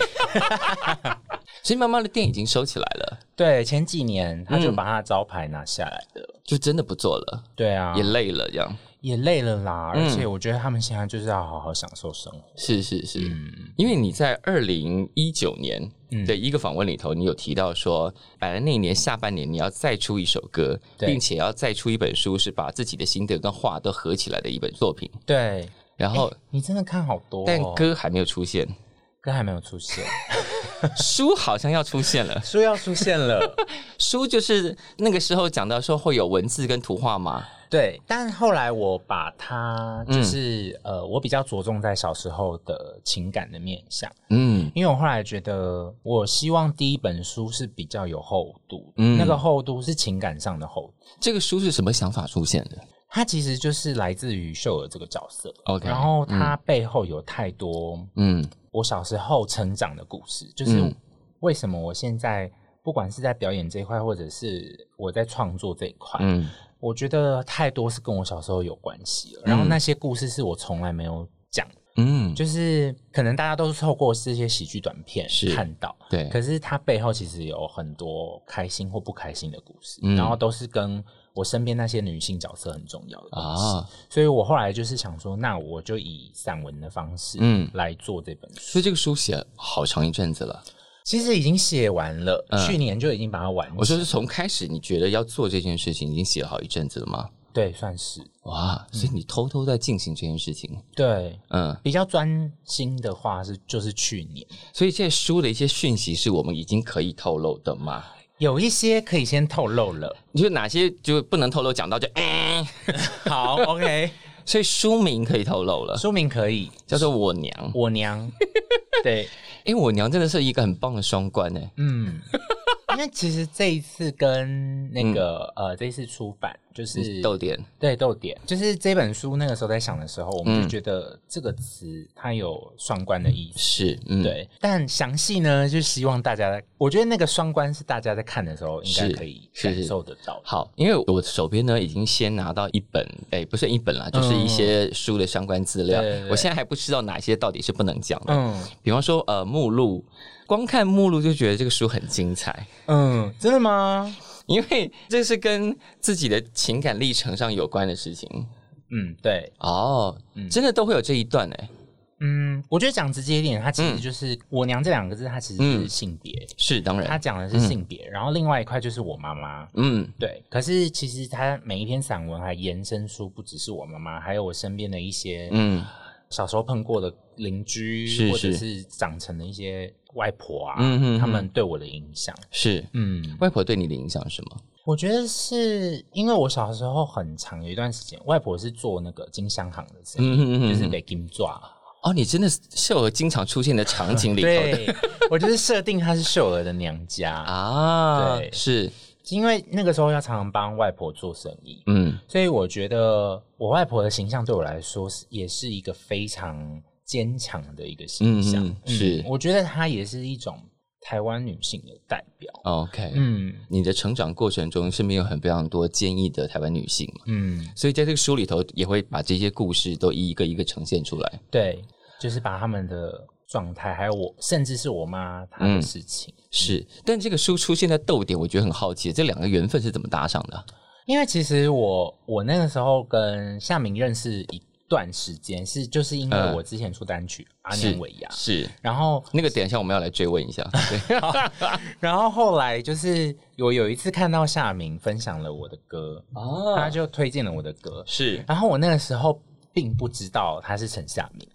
B: 所以妈妈的店已经收起来了，
A: 对，前几年他就
B: 嗯
A: 把他的招牌拿下来的。
B: 就真的不做了，
A: 对啊，
B: 也累了，这样
A: 也累了啦，
B: 嗯
A: 而且我觉得他们现在就是要好好享受生活。
B: 是是是，
A: 嗯，
B: 因为你在二零一九年
A: 嗯
B: 的一个访问里头，你有提到说，本来那一年下半年你要再出一首歌，
A: 对
B: 并且要再出一本书，是把自己的心得跟画都合起来的一本作品。
A: 对。
B: 然后，
A: 你真的看好多、哦，
B: 但歌还没有出现，
A: 歌还没有出现，
B: 书好像要出现了。
A: 书要出现了。
B: 书就是那个时候讲到说会有文字跟图画嘛，
A: 对，但后来我把它
B: 嗯
A: 就是、呃，我比较着重在小时候的情感的面向，
B: 嗯
A: 因为我后来觉得，我希望第一本书是比较有厚度，
B: 嗯
A: 那个厚度是情感上的厚度。
B: 这个书是什么想法出现的？
A: 它其实就是来自于秀儿这个角色
B: OK，
A: 然后它背后有太多
B: 嗯
A: 我小时候成长的故事，就是
B: 嗯
A: 为什么我现在不管是在表演这一块，或者是我在创作这一块，
B: 嗯
A: 我觉得太多是跟我小时候有关系了。然后那些故事是我从来没有讲，
B: 嗯，
A: 就是可能大家都是透过这些喜剧短片
B: 是嗯
A: 看到，
B: 对，
A: 可是它背后其实有很多开心或不开心的故事，
B: 嗯
A: 然后都是跟我身边那些女性角色很重要的东西。
B: 啊，
A: 所以我后来就是想说，那我就以散文的方式，
B: 嗯
A: 嗯，来做这本书。
B: 所以这个书写好长一阵子了。
A: 其实已经写完了，
B: 嗯
A: 去年就已经把它完成。
B: 我说是从开始你觉得要做这件事情，已经写了好一阵子了吗？
A: 对，算是
B: 哇，所以你偷偷在进行这件事情，
A: 对。
B: 嗯，
A: 比较专心的话是就是去年
B: 所以这书的一些讯息是我们已经可以透露的吗？
A: 有一些可以先透露了。
B: 就是哪些就不能透露，讲到就哎、
A: 好，OK，
B: 所以书名可以透露了，
A: 书名可以。
B: 叫做《我娘》。
A: 我娘，对，
B: 哎、我娘真的是一个很棒的双关哎、
A: 嗯，因为其实这一次跟那个、呃，这一次出版就是
B: 嗯逗点，
A: 对逗点，就是这本书那个时候在想的时候，我们
B: 嗯
A: 就觉得这个词它有双关的意思。
B: 是，嗯，，
A: 对，但详细呢，就希望大家，我觉得那个双关是大家在看的时候应该
B: 是
A: 可以
B: 是
A: 感
B: 是
A: 受得到的。
B: 好，因为我手边呢已经先拿到一本，哎、不是一本啦，就是一些书的相关资料。
A: 嗯对对对
B: 我现在还不知道哪些到底是不能讲的。
A: 嗯
B: 比方说，呃，目录，光看目录就觉得这个书很精彩，
A: 嗯，真的吗？
B: 因为这是跟自己的情感历程上有关的事情。
A: 嗯，对，
B: 哦，
A: 嗯
B: 真的都会有这一段哎、
A: 嗯，我觉得讲直接一点，它其实就是“我娘”这两个字，它其实
B: 嗯
A: 是性别，
B: 是当
A: 它
B: 然，
A: 讲的是性别，然后另外一块就是我妈妈。
B: 嗯
A: 对，可是其实它每一篇散文还延伸出不只是我妈妈，还有我身边的一些
B: 嗯
A: 小时候碰过的邻居，
B: 是
A: 或者
B: 是
A: 是长成的一些外婆啊，
B: 嗯嗯
A: 他
B: 嗯
A: 们对我的影响。
B: 是。
A: 嗯，
B: 外婆对你的影响是什么？
A: 我觉得是因为我小时候很长有一段时间，外婆是做那个金香行的生意，
B: 嗯嗯
A: 就是
B: 嗯嗯。
A: 被金抓。
B: 哦，你真的是秀儿经常出现的场景里头的
A: 对，我就是设定她是秀儿的娘 家，
B: 啊，
A: 对
B: 是，
A: 因为那个时候要常常帮外婆做生意，
B: 嗯
A: 所以我觉得我外婆的形象对我来说是也是一个非常坚强的一个形象。
B: 嗯嗯是
A: 我觉得她也是一种台湾女性的代表。
B: ，OK，
A: 嗯
B: 你的成长过程中身边有很非常多坚毅的台湾女性嘛，
A: 嗯，
B: 所以在这个书里头也会把这些故事都一个一个呈现出来。
A: 对，就是把他们的状态，还有我，甚至是我妈她
B: 嗯
A: 的事情。
B: 是，但这个书出现在逗点，我觉得很好奇，这两个缘分是怎么搭上的？
A: 因为其实我我那个时候跟夏明认识一段时间，是就是因为
B: 嗯
A: 我之前出单曲《阿
B: 是
A: 娘尾牙》，
B: 是
A: 然后
B: 那个，等一下我们要来追问 一下。对，
A: 然后后来就是我有一次看到夏明分享了我的歌，他
B: 啊，
A: 就推荐了我的歌，
B: 是
A: 然后我那个时候并不知道他是陈夏明，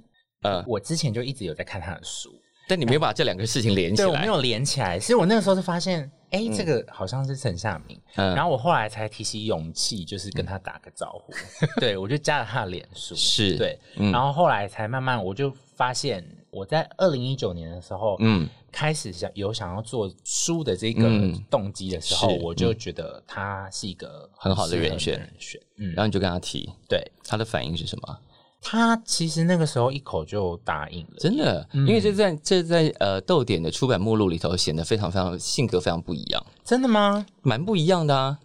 B: 呃，
A: 我之前就一直有在看他的书，
B: 但你没有把这两个事情连起
A: 对我没
B: 来。
A: 有连起来，所以我那个时候就发现，哎、这个好像是陈夏明。
B: 嗯
A: 然后我后来才提起勇气，就是跟他打个招呼。 对，我就加了他的脸书。
B: 是
A: 对，
B: 嗯
A: 然后后来才慢慢，我就发现我在二零一九年的时候，
B: 嗯
A: 嗯，开始想有想要做书的这个
B: 嗯
A: 动机的时候，
B: 是
A: 我就觉得他是一个
B: 很好的
A: 适合
B: 人选
A: 人选。嗯
B: 然，后你就跟他提，
A: 对
B: 他的反应是什么？
A: 他其实那个时候一口就答应了。
B: 真的，
A: 嗯
B: 因为这在这在呃豆点的出版目录里头显得非常非常性格非常不一样，
A: 真的吗？
B: 蛮不一样的啊。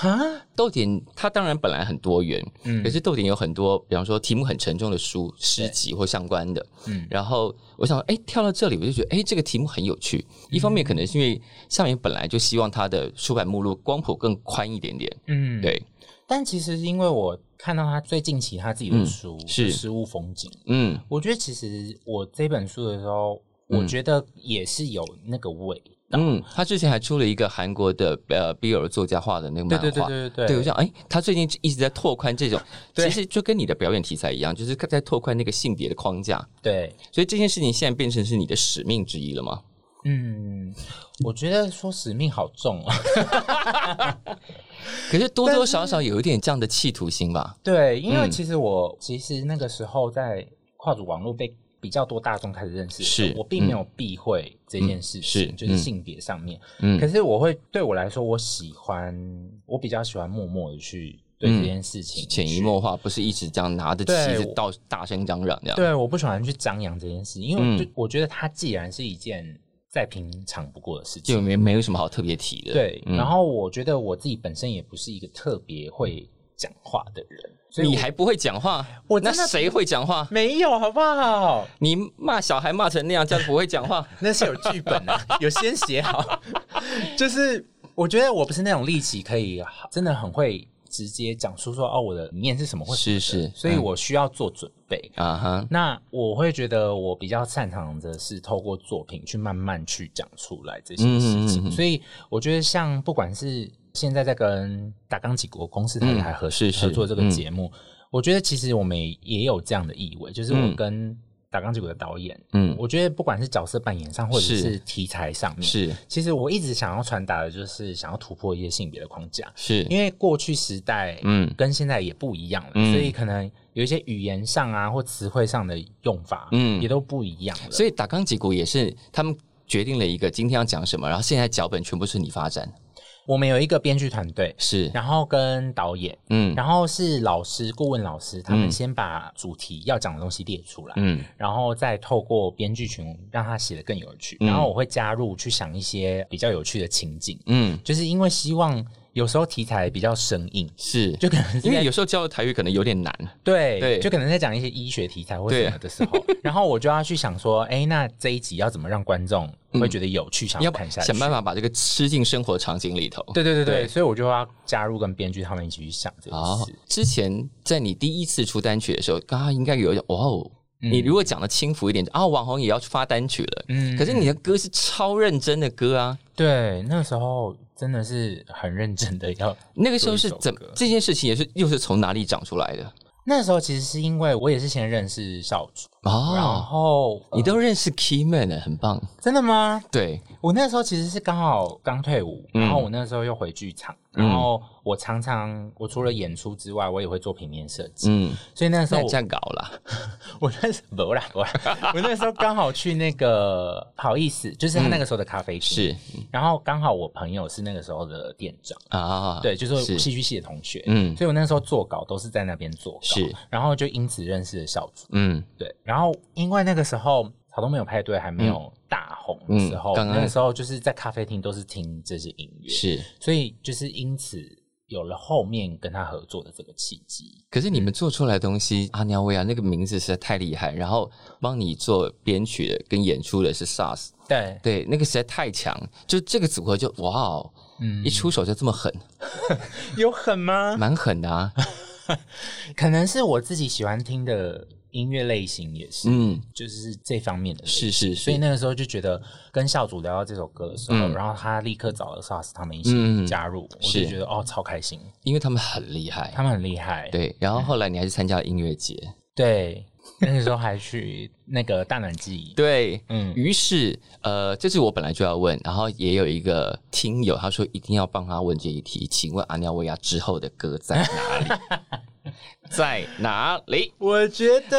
A: 啊，
B: 豆点它当然本来很多元，
A: 嗯
B: 可是豆点有很多，比方说题目很沉重的书、诗集或相关的，
A: 嗯
B: 然后我想，哎，跳到这里我就觉得，哎，这个题目很有趣。
A: 嗯
B: 一方面可能是因为夏明本来就希望他的出版目录光谱更宽一点点，
A: 嗯，
B: 对，
A: 但其实因为我看到他最近期他自己的书、
B: 是
A: 嗯是《失物风景》，
B: 嗯，
A: 我觉得其实我这本书的时候，我觉得也是有那个味。
B: 嗯，他之前还出了一个韩国的呃 BL 作家画的那个漫画，
A: 对对对对对对
B: 我想哎，他最近一直在拓宽这种，其
A: 对
B: 实就跟你的表演题材一样，就是在拓宽那个性别的框架，
A: 对，
B: 所以这件事情现在变成是你的使命之一了吗？
A: 嗯，我觉得说使命好重
B: 啊
A: 哦。
B: 可是多多少少有一点这样的企图心吧，
A: 对，因为
B: 嗯
A: 其实我、其实那个时候在跨组网络被。比较多大众开始认识的时候，
B: 是嗯
A: 我并没有避讳这件事情，
B: 嗯是
A: 就是
B: 嗯
A: 性别上面。
B: 嗯
A: 可是我会对我来说，我喜欢，我比较喜欢默默的去对
B: 嗯
A: 这件事情
B: 潜移
A: 去
B: 默化，不是一直这样拿着
A: 对
B: 旗子
A: 我
B: 到大声嚷嚷这样。
A: 对，我不喜欢去张扬这件事，因
B: 嗯
A: 为我就我觉得它既然是一件再平常不过的事
B: 就
A: 情，
B: 没没有什么好特别提的。
A: 对。
B: 嗯
A: 然后我觉得我自己本身也不是一个特别会讲话的人，所以
B: 你
A: 我
B: 还不会讲话，
A: 我
B: 那
A: 真的
B: 谁会讲 话？
A: 没有好不好？
B: 你骂小孩骂成那样，这样不会讲话。
A: 那是有剧本 的、有先写好。就是我觉得我不是那种力气可以真的很会直接讲出说哦我的理念是什么或什么的
B: 是是
A: 所以
B: 嗯
A: 我需要做准备。
B: 啊哈，
A: 那我会觉得我比较擅长的是透过作品去慢慢去讲出来这些事情，
B: 嗯嗯嗯嗯
A: 所以我觉得像不管是现在在跟大钢几国公司台台合、
B: 嗯是是
A: 合作这个节目，我觉得其实我们也有这样的意味，就是我
B: 嗯
A: 跟大钢几国的导演，
B: 嗯，
A: 我嗯觉得不管是角色扮演上或者
B: 是
A: 是题材上面，
B: 是
A: 其实我一直想要传达的就是想要突破一些性别的框架，
B: 是，
A: 因为过去时代，
B: 嗯
A: 嗯，跟现在也不一样了，
B: 嗯
A: 所以可能有一些语言上啊或词汇上的用法，
B: 嗯
A: 嗯，也都不一样了。
B: 所以打钢结果也是他们决定了一个今天要讲什么，然后现在脚本全部是你发展，
A: 我们有一个编剧团队，
B: 是，
A: 然后跟导演，
B: 嗯
A: 然后是老师、顾问老师，他
B: 嗯
A: 们先把主题要讲的东西列出来，
B: 嗯
A: 然后再透过编剧群让他写的更有趣。
B: 嗯
A: 然后我会加入去想一些比较有趣的情境，
B: 嗯，
A: 就是因为希望有时候题材比较生硬，
B: 是，
A: 就可能是
B: 因
A: 在
B: 为有时候教台语可能有点难，
A: 对
B: 对
A: 就可能在讲一些医学题材或
B: 对
A: 什么的时候，然后我就要去想说，哎、那这一集要怎么让观众会觉得有趣，想
B: 你要
A: 要
B: 把
A: 看下去？
B: 想办法把这个吃进生活场景里头。
A: 对对对对，
B: 对
A: 所以我就要加入跟编剧他们一起去想这件
B: 哦
A: 事。，
B: 之前在你第一次出单曲的时候，刚刚应该有一种哇哦，你如果讲的轻浮一点，啊，网红也要发单曲了，
A: 嗯
B: 可是你的歌是超认真的歌啊，
A: 对，那时候真的是很认真的要。
B: 那个时候是
A: 做一首
B: 怎
A: 歌
B: 这件事情也是又是从哪里长出来的？
A: 那时候其实是因为我也是先认识少主，然
B: 哦，
A: 后、呃
B: 你都认识 Key Man 了，很棒。
A: 真的吗？
B: 对，
A: 我那时候其实是刚好刚退伍，
B: 嗯
A: 然后我那时候又回剧场，然后我常常我除了演出之外，我也会做平面设计，
B: 嗯，
A: 所以那时
B: 那
A: 候
B: 你
A: 我
B: 这样搞啦，
A: 我那时候 不啦不啦， 我那时候刚好去那个不好意思，就是他那个时候的咖啡厅，
B: 嗯是
A: 然后刚好我朋友是那个时候的店长，
B: 啊，
A: 对，就是
B: 是
A: 我戏剧系的同学，
B: 嗯
A: 所以我那时候做稿都是在那边做稿，
B: 是，
A: 然后就因此认识了校主，
B: 嗯
A: 对，然后因为那个时候草东没有派对还没有大红的时候，
B: 嗯刚刚
A: 那个时候就是在咖啡厅都是听这些音乐，，
B: 是。
A: 所以就是因此有了后面跟他合作的这个契机，
B: 可是你们做出来的东西，阿尼威亚那个名字实在太厉害，然后帮你做编曲的跟演出的是 SARS，
A: 对，
B: 对，那个实在太强，就这个组合就哇哦，
A: 嗯
B: 一出手就这么狠，
A: 有狠吗？
B: 蛮狠的啊。
A: 可能是我自己喜欢听的音乐类型也是，
B: 嗯，
A: 就是这方面的类型。
B: 是是，
A: 所以
B: 呢，
A: 那个时候就觉得跟校主聊到这首歌的时候，
B: 嗯
A: 然后他立刻找了 SARS 他们一
B: 嗯
A: 起加入，我
B: 是
A: 就觉得哦超开心，
B: 因为他们很厉害，
A: 他们很厉害。
B: 对。然后后来你还去参加了音乐节，
A: 对，那个时候还去那个大暖季，
B: 对，
A: 嗯
B: 于是，呃，这是我本来就要问，然后也有一个听友他说一定要帮他问这一题，请问阿廖维亚之后的歌在哪里？ 在哪里？
A: 我觉得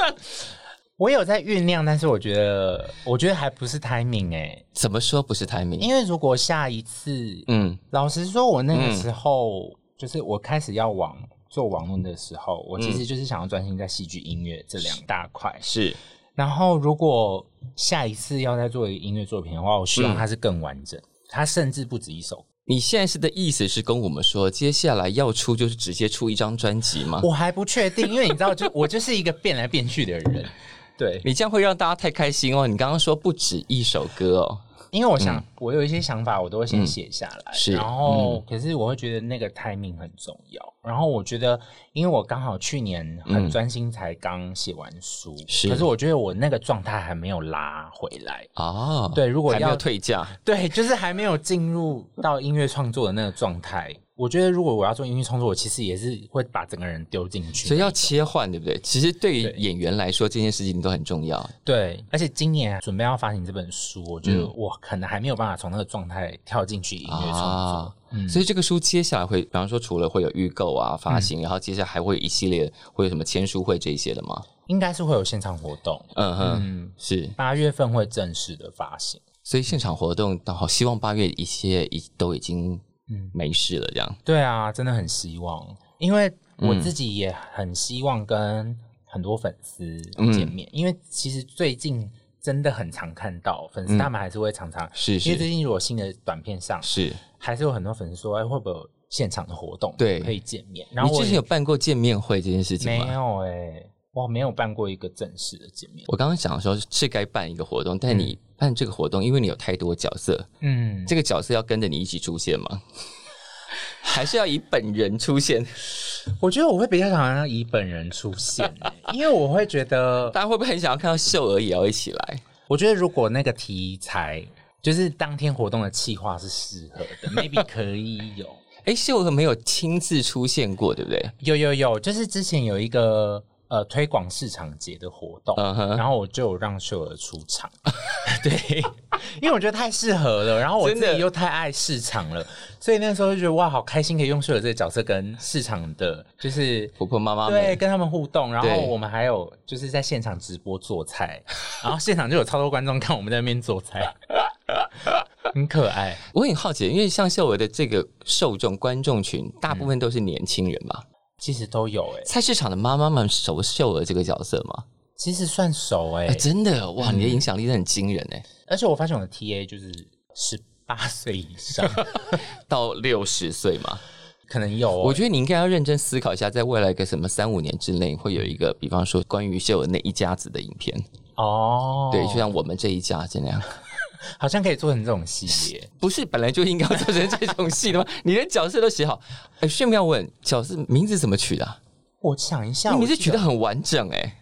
A: 我有在酝酿，但是我觉得我觉得还不是 timing 哎、
B: 怎么说不是 timing？
A: 因为如果下一次，
B: 嗯
A: 老实说，我那个时候、就是我开始要往做网络的时候，我其实就是想要专心在戏剧、音乐这两大块。
B: 是
A: 然后，如果下一次要再做一个音乐作品的话，我希望它是更完整，它甚至不止一首。
B: 你现在是的意思是跟我们说，接下来要出就是直接出一张专辑吗？
A: 我还不确定，因为你知道，就 我就是一个变来变去的人。对，
B: 你这样会让大家太开心哦！你刚刚说不止一首歌哦，
A: 因为我想，我有一些想法，我都会先写下来。
B: 是嗯
A: 然后、可是我会觉得那个 timing 很重要。然后我觉得，因为我刚好去年很专心，才刚写完书，
B: 是
A: 可是我觉得我那个状态还没有拉回来。
B: 哦，
A: 对如果
B: 还没有
A: 要
B: 退价，
A: 对，就是还没有进入到音乐创作的那个状态。我觉得，如果我要做音乐创作，我其实也是会把整个人丢进去。
B: 所以要切换，对不对？其实对于
A: 对
B: 演员来说，这件事情都很重要。
A: 对，而且今年啊准备要发行这本书，我觉
B: 嗯
A: 得我可能还没有办法从那个状态跳进去音乐创作。
B: 啊，所以这个书接下来会，比方说除了会有预购啊、发行，然后接下来还会有一系列会有什么签书会这一些的吗？
A: 应该是会有现场活动，
B: 嗯哼，
A: 嗯，
B: 是。
A: 八月份会正式的发行。
B: 所以现场活动，然后希望八月一切已都已经
A: 嗯
B: 没事了，这样。
A: 对啊，真的很希望，因为
B: 嗯
A: 我自己也很希望跟很多粉丝
B: 嗯
A: 见面，因为其实最近真的很常看到粉丝他们还是会常常，
B: 嗯是
A: 因为最
B: 是
A: 近如果新的短片上，
B: 是。
A: 还是有很多粉丝说，哎，会不会有现场的活动
B: 对
A: 可以见面？然
B: 你
A: 后我
B: 之前有办过见面会这件事情
A: 没
B: 吗？
A: 有哎、我没有办过一个正式的见面，
B: 我刚刚想说是该办一个活动，但你办这个活动，因为你有太多角色，
A: 嗯，
B: 这个角色要跟着你一起出现吗？ 还是要以本人出现？
A: 我觉得我会比较想要以本人出现欸、因为我会觉得
B: 大家会不会很想要看到秀儿也要一起来？
A: 我觉得如果那个题材就是当天活动的企划是适合的，maybe 可以有
B: 哎，秀娥没有亲自出现过，对不对？
A: 有有有，就是之前有一个呃推广市场节的活动
B: 嗯哼
A: 然后我就有让秀儿出场， 对，因为我觉得太适合了，然后我
B: 真
A: 自
B: 的
A: 己又太爱市场了，所以那时候就觉得哇，好开心可以用秀儿这个角色跟市场的，就是
B: 婆婆妈妈
A: 对，
B: 们，
A: 跟他们互动，然后
B: 对
A: 我们还有就是在现场直播做菜，然后现场就有超多观众看我们在那边做菜， 很可爱。
B: 我很好奇，因为像秀娥的这个受众观众群，大部分都是年轻人嘛。
A: 其实都有哎、
B: 菜市场的妈妈们熟秀娥这个角色吗？
A: 其实算熟哎、
B: 哎、真的哇，
A: 嗯
B: 你的影响力真的很惊人哎、
A: 而且我发现我的 TA 就是十八岁以上，
B: 到六十岁嘛，
A: 可能有、哦
B: 我觉得你应该要认真思考一下，在未来个什么三五年之内，会有一个，比方说关于秀娥那一家子的影片，
A: 得哦，
B: 对，就像我们这一家这样。
A: 好像可以做成这种系列。
B: 不是本来就应该要做成这种戏的吗？你连角色都写好，哎，炫妙问角色名字怎么取的啊、
A: 我想一下，
B: 你
A: 我
B: 名字
A: 记
B: 取
A: 得
B: 得很完整哎、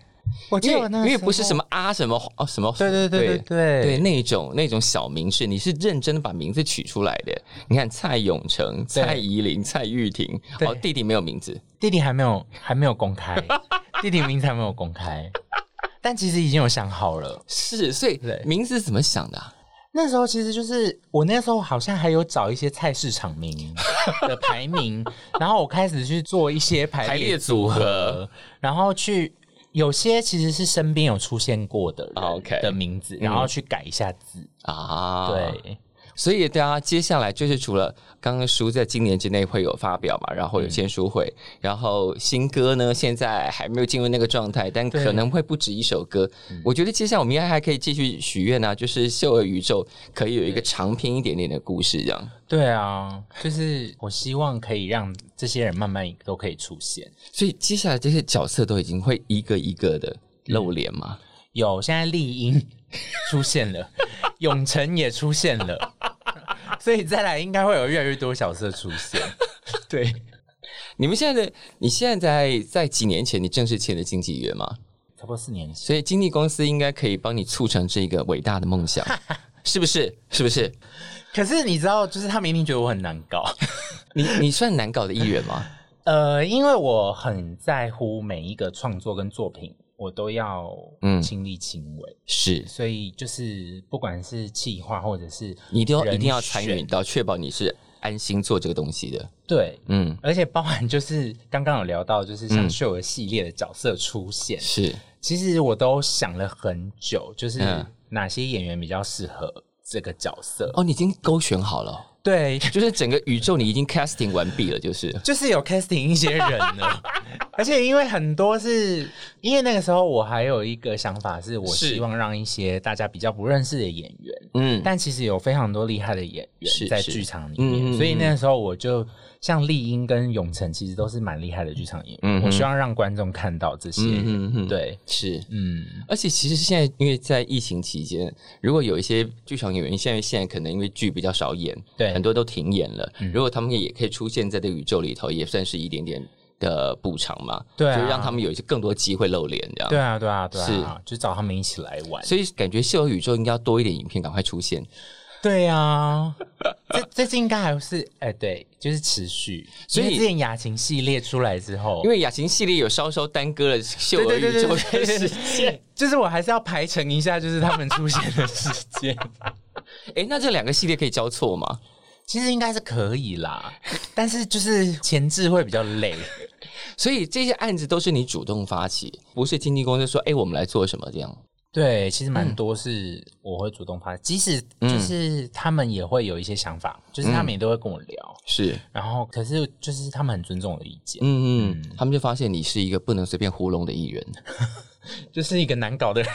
A: 我记
B: 因
A: 得
B: 为
A: 我那
B: 因为不是什
A: 么
B: 么啊什么哦什么，
A: 对对对对对
B: 对那种那种小名是你是认真的把名字取出来的。你看蔡永成、蔡依林、蔡玉婷，
A: 对
B: 哦弟弟没有名字，
A: 弟弟还没有还没有公 开，弟弟名字还没有公开，但其实已经有想好了。
B: 是所以
A: 对
B: 名字是怎么想的啊、
A: 那时候其实就是我那时候好像还有找一些菜市场名的排 名，然后我开始去做一些排列组
B: 排列组
A: 合，然后去有些其实是身边有出现过的人
B: OK
A: 的名字，然后去改一下字。
B: 啊？，
A: 对，
B: 所以大家接下来就是除了刚刚书在今年之内会有发表嘛，然后有签书会，然后新歌呢现在还没有进入那个状态，但
A: 对
B: 可能会不止一首歌。我觉得接下来我们应该还可以继续许愿啊，就是秀儿宇宙可以有一个长篇一点点的故事这样。
A: 对啊，就是 我希望可以让这些人慢慢都可以出现。
B: 所以接下来这些角色都已经会一个一个的露脸嘛。
A: 有，现在丽英出现 了，永成也出现 了，所以再来应该会有越来越多角色出现。对。
B: 你们现在的你现在在在几年前你正式签了经纪约吗？
A: 差不多四年前。
B: 所以经纪公司应该可以帮你促成这个伟大的梦 想，是不是？是不是？
A: 可是你知道，就是他们一定觉得我很难搞。
B: 你你算难搞的艺人 吗？
A: 呃，因为我很在乎每一个创作跟作品，我都要
B: 嗯
A: 亲力亲为，
B: 是
A: 所以就是不管是企划或者是
B: 你一定要
A: 人
B: 一定要参与
A: 选
B: 到，确保你是安心做这个东西的。
A: 对，
B: 嗯，
A: 而且包含就是刚刚有聊到，就是像
B: 嗯
A: 秀儿系列的角色出现，
B: 是
A: 其实我都想了很久，就是
B: 嗯
A: 哪些演员比较适合这个角色。
B: 哦，你已经勾选好 了，
A: 对，
B: 就是整个宇宙你已经 casting 完毕了，就是
A: 就是有 casting 一些人 了，而且因为很多是因为那个时候我还有一个想法，是我
B: 是
A: 希望让一些大家比较不认识的演员，
B: 嗯，
A: 但其实有非常多厉害的演
B: 是
A: 员在
B: 是
A: 剧场里
B: 嗯嗯
A: 面，
B: 嗯
A: 所以那个时候我就像丽英跟永成，其实都是蛮厉害的剧场演
B: 嗯
A: 员。
B: 哼
A: 我希望让观众看到这些人，
B: 嗯嗯，
A: 对，
B: 是。
A: 嗯，
B: 而且其实现在，因为在疫情期间，如果有一些剧场演员，现在现在可能因为剧比较少演，
A: 对
B: 很多都停演了。
A: 嗯
B: 如果他们也可以出现在这个宇宙里头，也算是一点点的补偿嘛。
A: 对啊
B: 就让他们有一些更多机会露脸这样。
A: 对啊，对啊，对啊，就找他们一起来玩。
B: 所以感觉秀宇宙应该要多一点影片，赶快出现。
A: 对啊，这这次应该还是哎、对，就是持续。
B: 所以
A: 因为之前雅琴系列出来之后，
B: 因为雅琴系列有稍稍耽搁了秀儿
A: 对对
B: 宇
A: 对
B: 宙
A: 对
B: 的
A: 对
B: 时 间。
A: 就是我还是要排成一下，就是他们出现的时间。
B: 哎，那这两个系列可以交错吗？
A: 其实应该是可以啦， 但是就是前置会比较 累。
B: 所以这些案子都是你主动发起，不是经纪公司说，哎，我们来做什么这样。
A: 对，其实蛮多是我会主动发，即使就是他们也会有一些想法，就是他们也都会跟我聊，
B: 是，
A: 然后可是就是他们很尊重我的意见，
B: 嗯嗯，他们就发现你是一个不能随便糊弄的艺人。
A: 就是一个难搞的人。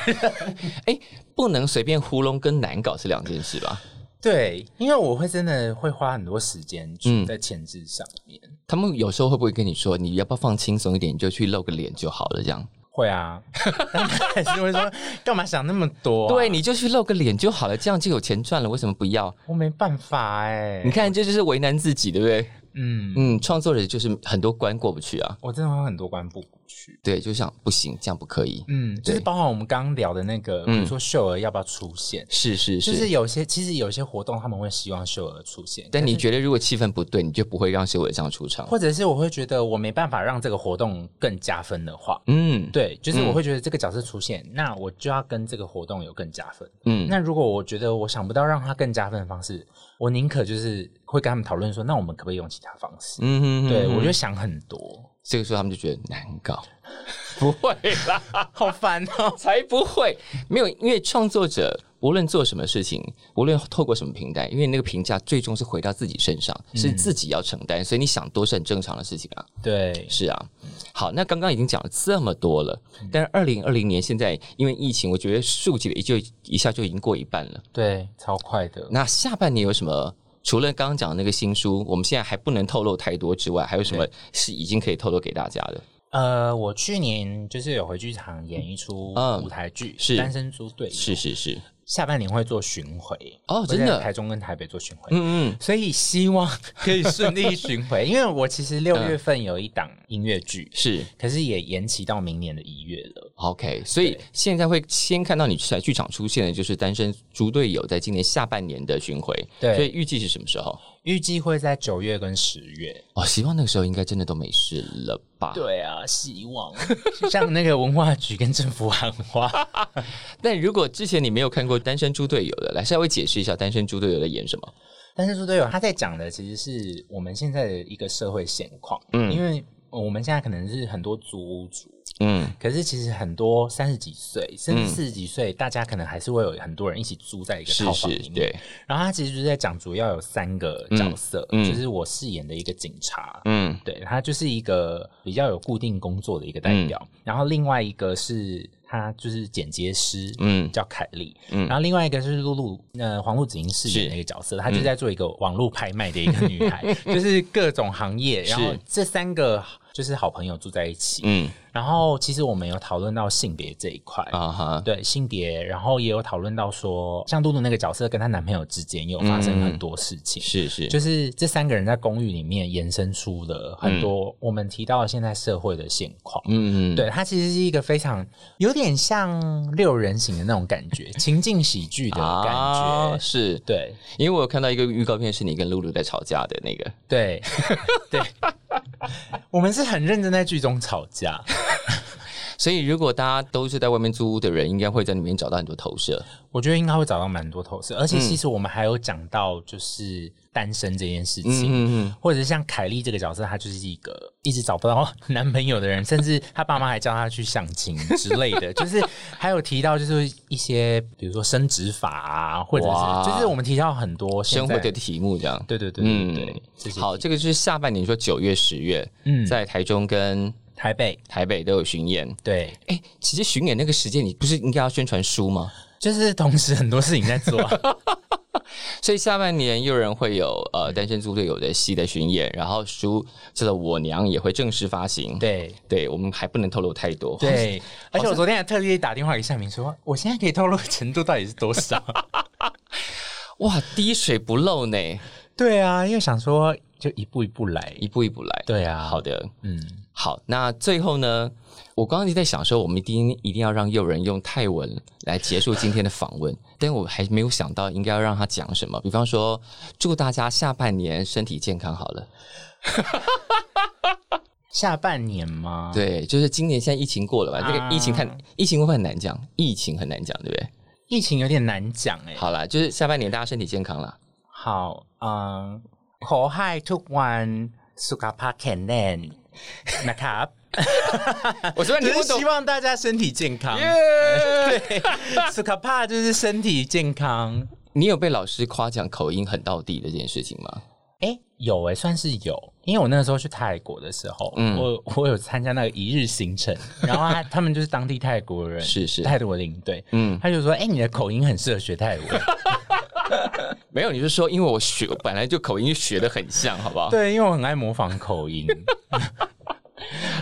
B: 哎，不能随便糊弄跟难搞是两件事吧？
A: 对，因为我会真的会花很多时间
B: 嗯
A: 去在前置上面，
B: 他们有时候会不会跟你说，你要不要放轻松一点，你就去露个脸就好了？这样，
A: 会啊，但他还是会说干嘛想那么 多、啊
B: 对，，你就去露个脸就好了，这样就有钱赚了，为什么不要？
A: 我没办法哎、
B: 你看，这就是为难自己，对不对？
A: 嗯，
B: 嗯，创作者就是很多关过不去啊。
A: 我真的会很多关不过去。
B: 对，就想不行，这样不可以。
A: 嗯，就是
B: 对
A: 包含我们刚刚聊的那个，比
B: 嗯
A: 如说秀儿要不要出现，
B: 是是是，
A: 就是有些其实有些活动他们会希望秀儿出现，
B: 但
A: 可
B: 你
A: 是
B: 觉得如果气氛不对，你就不会让修伟这样出场。
A: 或者是我会觉得我没办法让这个活动更加分的话，
B: 嗯，，
A: 对，就是
B: 嗯
A: 我会觉得这个角色出现，那我就要跟这个活动有更加分。
B: 嗯，
A: 那如果我觉得我想不到让他更加分的方式，我宁可就是会跟他们讨论说，那我们可不可以用其他方式？
B: 嗯哼哼
A: 对
B: 哼
A: 我就想很 多，
B: 这个时候他们就觉得难搞，不会啦，
A: 好烦哦。
B: 才不会，没有，因为创作者无论做什么事情，无论透过什么平台，因为那个评价最终是回到自己身上，是自己要承担，所以你想多是很正常的事情啊。
A: 对，
B: 是啊，好，那刚刚已经讲了这么多了，但是二零二零年现在因为疫情，我觉得数据也就一下就已经过一半了。
A: 对，超快的。
B: 那下半年有什么？除了刚刚讲的那个新书，我们现在还不能透露太多之外，还有什么是已经可以透露给大家的？
A: 呃，我去年就是有回剧场演一出
B: 嗯
A: 舞台剧，
B: 是
A: 单身猪队友》，
B: 是是是，
A: 下半年会做巡回
B: 哦
A: 会在
B: 真的
A: 台中跟台北做巡回，
B: 嗯嗯，
A: 所以希望可以顺利巡回。因为我其实六月份有一档音乐剧，
B: 是
A: 可是也延期到明年的一月了。
B: OK。所以现在会先看到你在剧场出现的就是《单身猪队友》在今年下半年的巡回，
A: 对
B: 所以预计是什么时候？
A: 预计会在九月跟十月。
B: 哦，希望那个时候应该真的都没事了吧？。
A: 对啊，希望 像那个文化局跟政府喊话，
B: 但如果之前你没有看过《单身猪队友》的，来稍微解释一下《单身猪队友》在演什么？
A: 但是猪队友他在讲的其实是我们现在的一个社会现况，嗯，因为我们现在可能是很多租屋族。
B: 嗯，
A: 可是其实很多三十几岁，甚至四十几岁，大家可能还是会有很多人一起住在一个
B: 是
A: 套房
B: 是
A: 里，面。
B: 对，
A: 然后他其实就是在讲，主要有三个角色，
B: 嗯嗯
A: 就是我饰演的一个警察，
B: 嗯嗯
A: 对他就是一个比较有固定工作的一个代表，然后另外一个是他就是剪接师，
B: 嗯
A: 叫凯莉，
B: 嗯
A: 然后另外一个是露露，呃，黄露子莹饰演
B: 是嗯
A: 的一个角色，她就是在做一个网络拍卖的一个 女孩，就是各种行业，然后
B: 是
A: 这三个就是好朋友住在一起，
B: 嗯
A: 然后其实我们有讨论到性别这一块。
B: 啊哈，
A: 对性别，然后也有讨论到说，像露露那个角色跟她男朋友之间也有发
B: 嗯
A: 生很多事情，
B: 是是，
A: 就是这三个人在公寓里面延伸出了很多我们提到的现在社会的现况。
B: 嗯嗯嗯
A: 对，它其实是一个非常有点像六人行的那种感觉，情境喜剧的感觉。
B: 啊、是
A: 对
B: 因为我有看到一个预告片，是你跟露露在吵架的那个，
A: 对对， 我们是很认真在剧中吵架。
B: 所以如果大家都是在外面租屋的人，应该会在里面找到很多投射。
A: 我觉得应该会找到蛮多投射，而且
B: 嗯
A: 其实我们还有讲到就是单身这件事情。
B: 嗯嗯
A: 或者是像凯莉这个角色，她就是一个一直找不到男朋友的人，甚至她爸妈还叫她去相亲之类 的，就是还有提到就是一些比如说生殖法啊，或者
B: 哇
A: 是就是我们提到很多现
B: 生
A: 在
B: 活的题目这样。
A: 对对对对对，这些
B: 好，这个就是下半年，说九月、十月，
A: 嗯
B: 在台中跟
A: 台北
B: 台北都有巡演。
A: 对，
B: 哎、其实巡演那个时间，你不是应该要宣传书吗？
A: 就是同时很多事情在 做啊、
B: 所以下半年又有人会有呃单身猪队友的戏的巡演，然后书叫做《我娘》也会正式发行。，
A: 对。
B: 对我们还不能透露太多。
A: 对，而且我昨天还特地打电话给夏明说，我现在可以透露的程度到底是 多少？
B: 哇，滴水不漏呢，
A: 对啊，因为想说就一步一步来。
B: 一步一步来。
A: 对啊，
B: 好，的，
A: 嗯，
B: 好，那最后呢，我刚刚一直在想说，我们一定一定要让诱人用泰文来结束今天的访问，但我还没有想到应该要让他讲什么。比方说，祝大家下半年身体健康好了。
A: 下半年吗？
B: 对，就是今年现在疫情过了吧？这个疫情太、
A: 啊
B: 疫情会不会很难讲？疫情很难讲，对不对？
A: 疫情有点难讲哎、
B: 好啦，就是下半年大家身体健康啦。
A: 好，嗯，口嗨 took one sukapa can then 那卡，
B: 我说你
A: 就
B: 不
A: 啊是
B: 懂
A: 希，望大家身体健 康。对，sukapa 就是身体健康。
B: 你有被老师夸奖口音很到地的这件事情吗？
A: 哎、有哎、算是有，因为我那个时候去泰国的时候，
B: 嗯
A: 我我有参加那个一日行程， 然后他他们就是当地泰国 人，
B: 是是
A: 泰国领队，
B: 嗯，
A: 他就说，哎、你的口音很适合学泰 文，
B: 没有，你是说因为我学我本来就口音学的很像，好不好？
A: 对，因为我很爱模仿口音，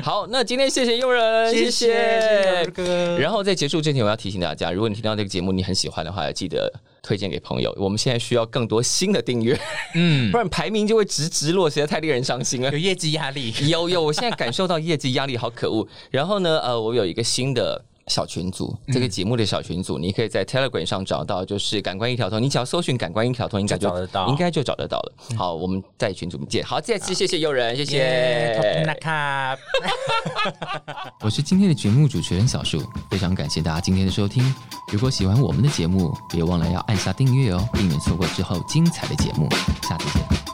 B: 好，那今天谢谢佣人，谢
A: 谢
B: 谢。
A: 哥，
B: 然后在结束之前，我要提醒大家，如果你听到这个节目你很喜欢的话，记得推荐给朋友。我们现在需要更多新的订 阅，
A: 嗯，
B: 不然排名就会直直落，实在太令人伤心了啊
A: 有。业绩压力，
B: 有有，我现在感受到业绩压力好可恶。然后呢，呃，我有一个新的。小群组，这个节目的小群组，你可以在 Telegram 上找到，就是“感官一条通”，你只要搜寻“感官一条通”，应该就
A: 就找得到
B: 应该就找得到了。好，我们在群组见。好，再次谢谢友人，谢
A: 耶，
B: 谢。
A: 那卡。
B: 我是今天的节目主持人小树，非常感谢大家今天的收听。如果喜欢我们的节目，别忘了要按下订阅哦，避免错过之后精彩的节目。下次见。